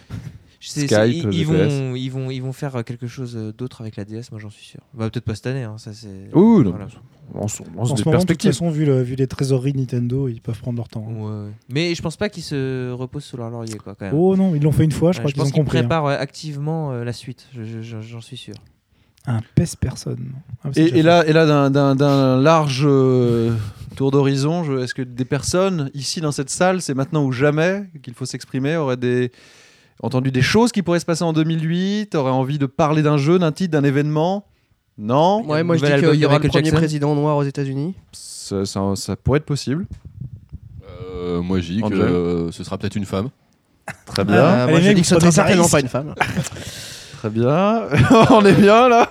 D: c'est- c'est-
A: Skype,
D: ils, ils
A: GPS.
D: vont, ils, vont, ils vont faire euh, quelque chose euh, d'autre avec la DS, moi j'en suis sûr. Bah, peut-être pas cette année, hein, ça c'est.
A: Ouh, non.
D: Voilà.
A: On lance, on lance
B: En
A: des
B: ce moment, de toute
A: perspectives.
B: façon, vu, le- vu les trésoreries de Nintendo, ils peuvent prendre leur temps. hein.
D: Ouais, ouais. Mais je pense pas qu'ils se reposent sur leur laurier, quoi, quand même.
B: Oh non, ils l'ont fait une fois, je
D: Ouais,
B: crois qu'ils ont
D: pense qu'ils
B: compris. hein.
D: préparent ouais, activement euh, la suite, je- je- je- j'en suis sûr.
B: Un pèse personne. Ah, mais c'est déjà
A: Et, et
B: fait.
A: là, et là d'un- d'un d'un large euh, tour d'horizon, je- est-ce que des personnes ici dans cette salle, c'est maintenant ou jamais qu'il faut s'exprimer, auraient des, entendu des choses qui pourraient se passer en 2008, auraient envie de parler d'un jeu, d'un titre, d'un événement Non
D: y a
C: Ouais,
D: le
C: moi je
D: nouvel
C: dis
D: album
C: qu'il y
D: de
C: aura le
D: Michael
C: premier
D: Jackson.
C: président noir aux États-Unis.
A: ça, ça- ça pourrait être possible.
E: Euh, moi, j'ai dit que
A: Angel.
E: euh, ce sera peut-être une femme.
A: Très bien.
C: Euh,
B: Allez,
C: moi, je
B: mec,
C: dis que
B: vous
C: ce
B: prenez
C: sera certainement
B: pas
C: pas une femme.
A: Très bien. (laughs) On est bien là.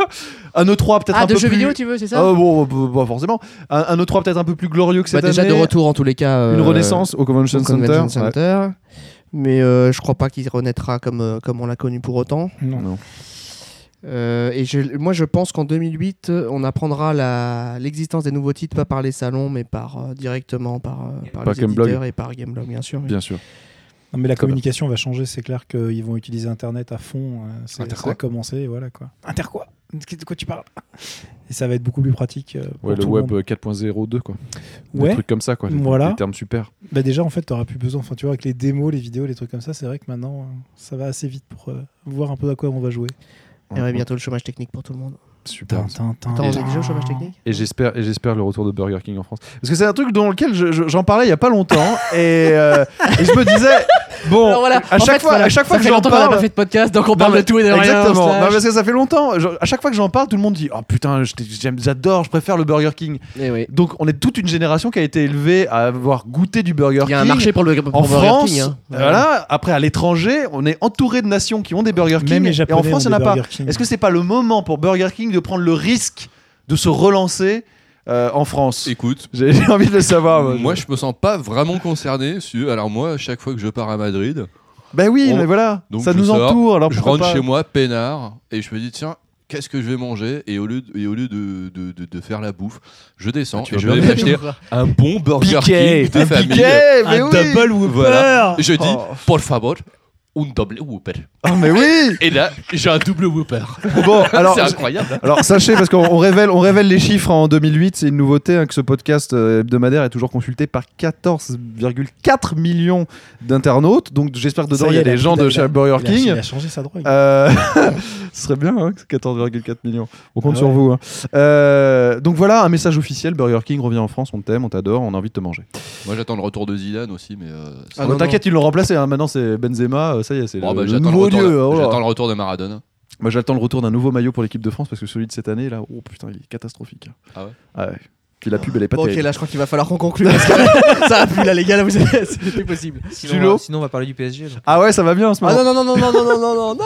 A: Un E3 peut-être
F: Ah,
A: un
F: de
A: peu
F: jeux
A: plus.
F: vidéo, tu veux, c'est ça
C: Oh,
A: Ah, bon, bon, bon, forcément. Un, un E3 peut-être un peu plus glorieux que
C: Bah,
A: cette
C: déjà
A: année.
C: de retour en tous les cas.
A: Une
C: euh,
A: renaissance au Convention,
C: au Convention
A: Center. Ouais.
C: Center. Mais euh, je crois pas qu'il renaîtra comme, euh, comme on l'a connu pour autant.
B: Non.
A: Non.
C: Euh, et je- moi, je pense qu'en 2008, euh, on apprendra la- l'existence des nouveaux titres, pas par les salons, mais par, euh, directement par, euh, par
A: Par
C: les
A: Gameblog.
C: éditeurs et par Gameblog, bien sûr. oui.
A: Bien sûr.
B: Non, mais la
A: Comme.
B: communication va changer, c'est clair qu'ils vont utiliser Internet à fond. euh, c'est-
A: Inter
B: ça
A: quoi
B: a commencé, et voilà quoi. Inter quoi De quoi tu parles Et ça va être beaucoup plus pratique. euh, pour
A: Ouais, le
B: tout
A: web
B: monde.
A: 4.02 quoi. Des
E: euh,
B: Ouais.
A: trucs comme ça quoi. Des,
B: Voilà.
A: des termes super.
B: Bah déjà, en fait, t'auras plus besoin. Enfin, tu vois, avec les démos, les vidéos, les trucs comme ça, c'est vrai que maintenant, euh, ça va assez vite pour euh, voir un peu à quoi on va jouer.
C: Il y aura bientôt le chômage technique pour tout le monde.
A: Super.
C: Attends, on est déjà au chômage technique
A: Et j'espère, et j'espère le retour de Burger King en France. Parce que c'est un truc dans lequel je- je- j'en parlais il y a pas longtemps et, euh, et je me disais bon,
F: Alors voilà,
A: à
F: en
A: chaque
F: fait,
A: fois,
F: voilà,
A: à chaque fois
F: ça
A: que
F: fait
A: j'en
F: longtemps qu'on a
A: parle,
F: pas fait de podcast, donc on
A: Non,
F: parle
A: mais-
F: de tout et de rien.
A: Exactement.
F: on se
A: Non,
F: lâche.
A: parce que ça fait longtemps. Je- à chaque fois que j'en parle, tout le monde dit oh putain, je t'ai- j'aime- j'adore, je préfère le Burger King.
F: Eh oui.
A: Donc on est toute une génération qui a été élevée à avoir goûté du Burger King.
F: Il y a un marché pour le pour
A: En
F: Burger
A: France, euh,
F: King, hein.
A: voilà. Après, à l'étranger, on est entouré de nations qui ont des Burger King.
B: Même les
A: et
B: Japonais
A: en France, il
B: ont
A: n'y en a
B: des
A: pas.
B: Burger King.
A: Est-ce que c'est pas le moment pour Burger King de prendre le risque de se relancer euh, en France
E: Écoute,
A: J'ai j'ai envie de le savoir. Moi,
E: moi je me sens pas vraiment concerné. si- Alors moi, à chaque fois que je pars à Madrid,
A: Ben oui,
E: On-
A: mais voilà.
E: donc
A: ça
E: je
A: nous
E: sors,
A: entoure. Alors
E: je
A: Oh, pourquoi
E: rentre
A: pas (laughs)
E: chez moi peinard et je me dis tiens. Qu'est-ce que je vais manger Et au lieu de, et au lieu de, de- de- de faire la bouffe, je descends
A: Ah, tu
E: et
A: vas
E: je
A: bien
E: vais m'acheter un bon Burger
A: Piquet,
E: King
A: un
E: de famille.
A: piquet, mais
B: Un
A: oui.
B: double whopper
E: Voilà. Je dis,
A: Oh.
E: por favor, un double Whopper.
A: Ah, mais oui.
E: Et là, j'ai un double Whopper.
A: Bon, alors
E: (laughs) C'est incroyable. hein.
A: Alors sachez, parce qu'on on révèle, on révèle les chiffres en 2008, c'est une nouveauté hein, que ce podcast euh, hebdomadaire est toujours consulté par 14,4 millions d'internautes. Donc j'espère que dedans
B: Ça
A: il y a
B: est,
A: des gens de
B: il a-
A: chez Burger
B: il a- Il
A: King.
B: a changé sa drogue.
A: Euh, (laughs) ce serait bien, hein, que ce 14,4 millions. On compte
B: Ah
A: sur
B: ouais.
A: vous. hein. Euh, donc voilà, un message officiel Burger King revient en France, on t'aime, on t'adore, on a envie de te manger.
E: Moi, j'attends le retour de Zidane aussi, mais. euh, ça-
C: Ah,
A: Bon,
C: non,
A: T'inquiète, ils l'ont remplacé. hein, maintenant c'est Benzema, euh, ça y est, c'est
E: Bon,
A: le,
E: bah,
A: le
E: j'attends le
A: nouveau
E: retour de-
A: dieu. oh là.
E: J'attends le retour de Maradona.
A: Moi, j'attends le retour d'un nouveau maillot pour l'équipe de France parce que celui de cette année, là, oh putain, il est catastrophique. hein.
E: Ah ouais
A: ouais. Puis la pub, elle est pas
C: Ah. Bon, ok,
A: terrible.
C: là, je crois qu'il va falloir qu'on conclue parce que (laughs) ça a plus la légale, vous savez, (laughs) c'est plus possible.
D: Sinon,
A: Sulo
D: euh, sinon, on va parler du PSG. donc.
A: Ah ouais, ça va bien en ce
C: Ah
A: moment.
C: non, non, non, non, non, non, non, non, non, non.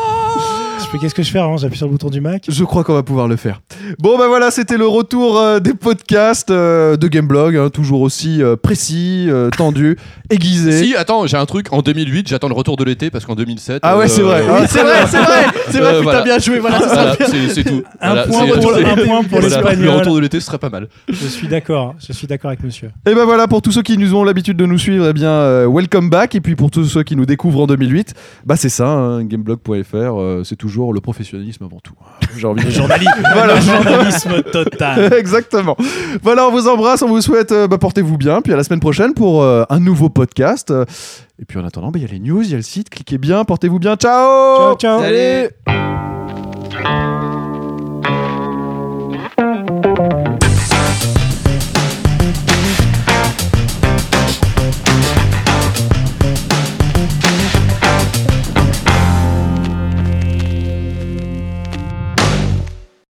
B: Je sais plus qu'est-ce que je fais avant, j'appuie sur le bouton du Mac.
A: Je crois qu'on va pouvoir le faire. Bon, bah voilà, c'était le retour euh, des podcasts euh, de Gameblog, hein, toujours aussi euh, précis, euh, tendu, (laughs) aiguisé.
E: Si, attends, j'ai un truc. En 2008, j'attends le retour de l'été parce qu'en 2007.
A: Ah ouais,
E: euh,
A: c'est vrai.
E: euh,
A: Ah,
C: C'est vrai, c'est vrai, c'est vrai,
E: Euh,
C: putain,
E: voilà.
C: bien joué, voilà,
E: (laughs)
C: c'est ça.
E: voilà, c'est c'est tout.
B: Un
E: Voilà,
B: point
E: c'est-
B: pour le-
E: (laughs) c'est-
B: un point pour
E: voilà,
B: l'Espagnol.
E: Le retour de l'été, ce serait pas mal.
B: Je suis d'accord, je suis d'accord avec monsieur.
A: Et ben voilà, pour tous ceux qui nous ont l'habitude de nous suivre, eh bien, euh, welcome back. Et puis pour tous ceux qui nous découvrent en 2008, bah c'est ça, hein, gameblog.fr, euh, c'est toujours le professionnalisme avant tout. hein. J'ai envie de Voilà.
B: Le journalisme
A: (laughs)
B: total.
A: Exactement. Voilà, on vous embrasse, on vous souhaite, euh, bah, portez-vous bien, puis à la semaine prochaine pour euh, un nouveau podcast. Euh, Et puis en attendant, bah, il y a les news, il y a le site, cliquez bien, portez-vous bien, ciao
B: ciao.
D: Salut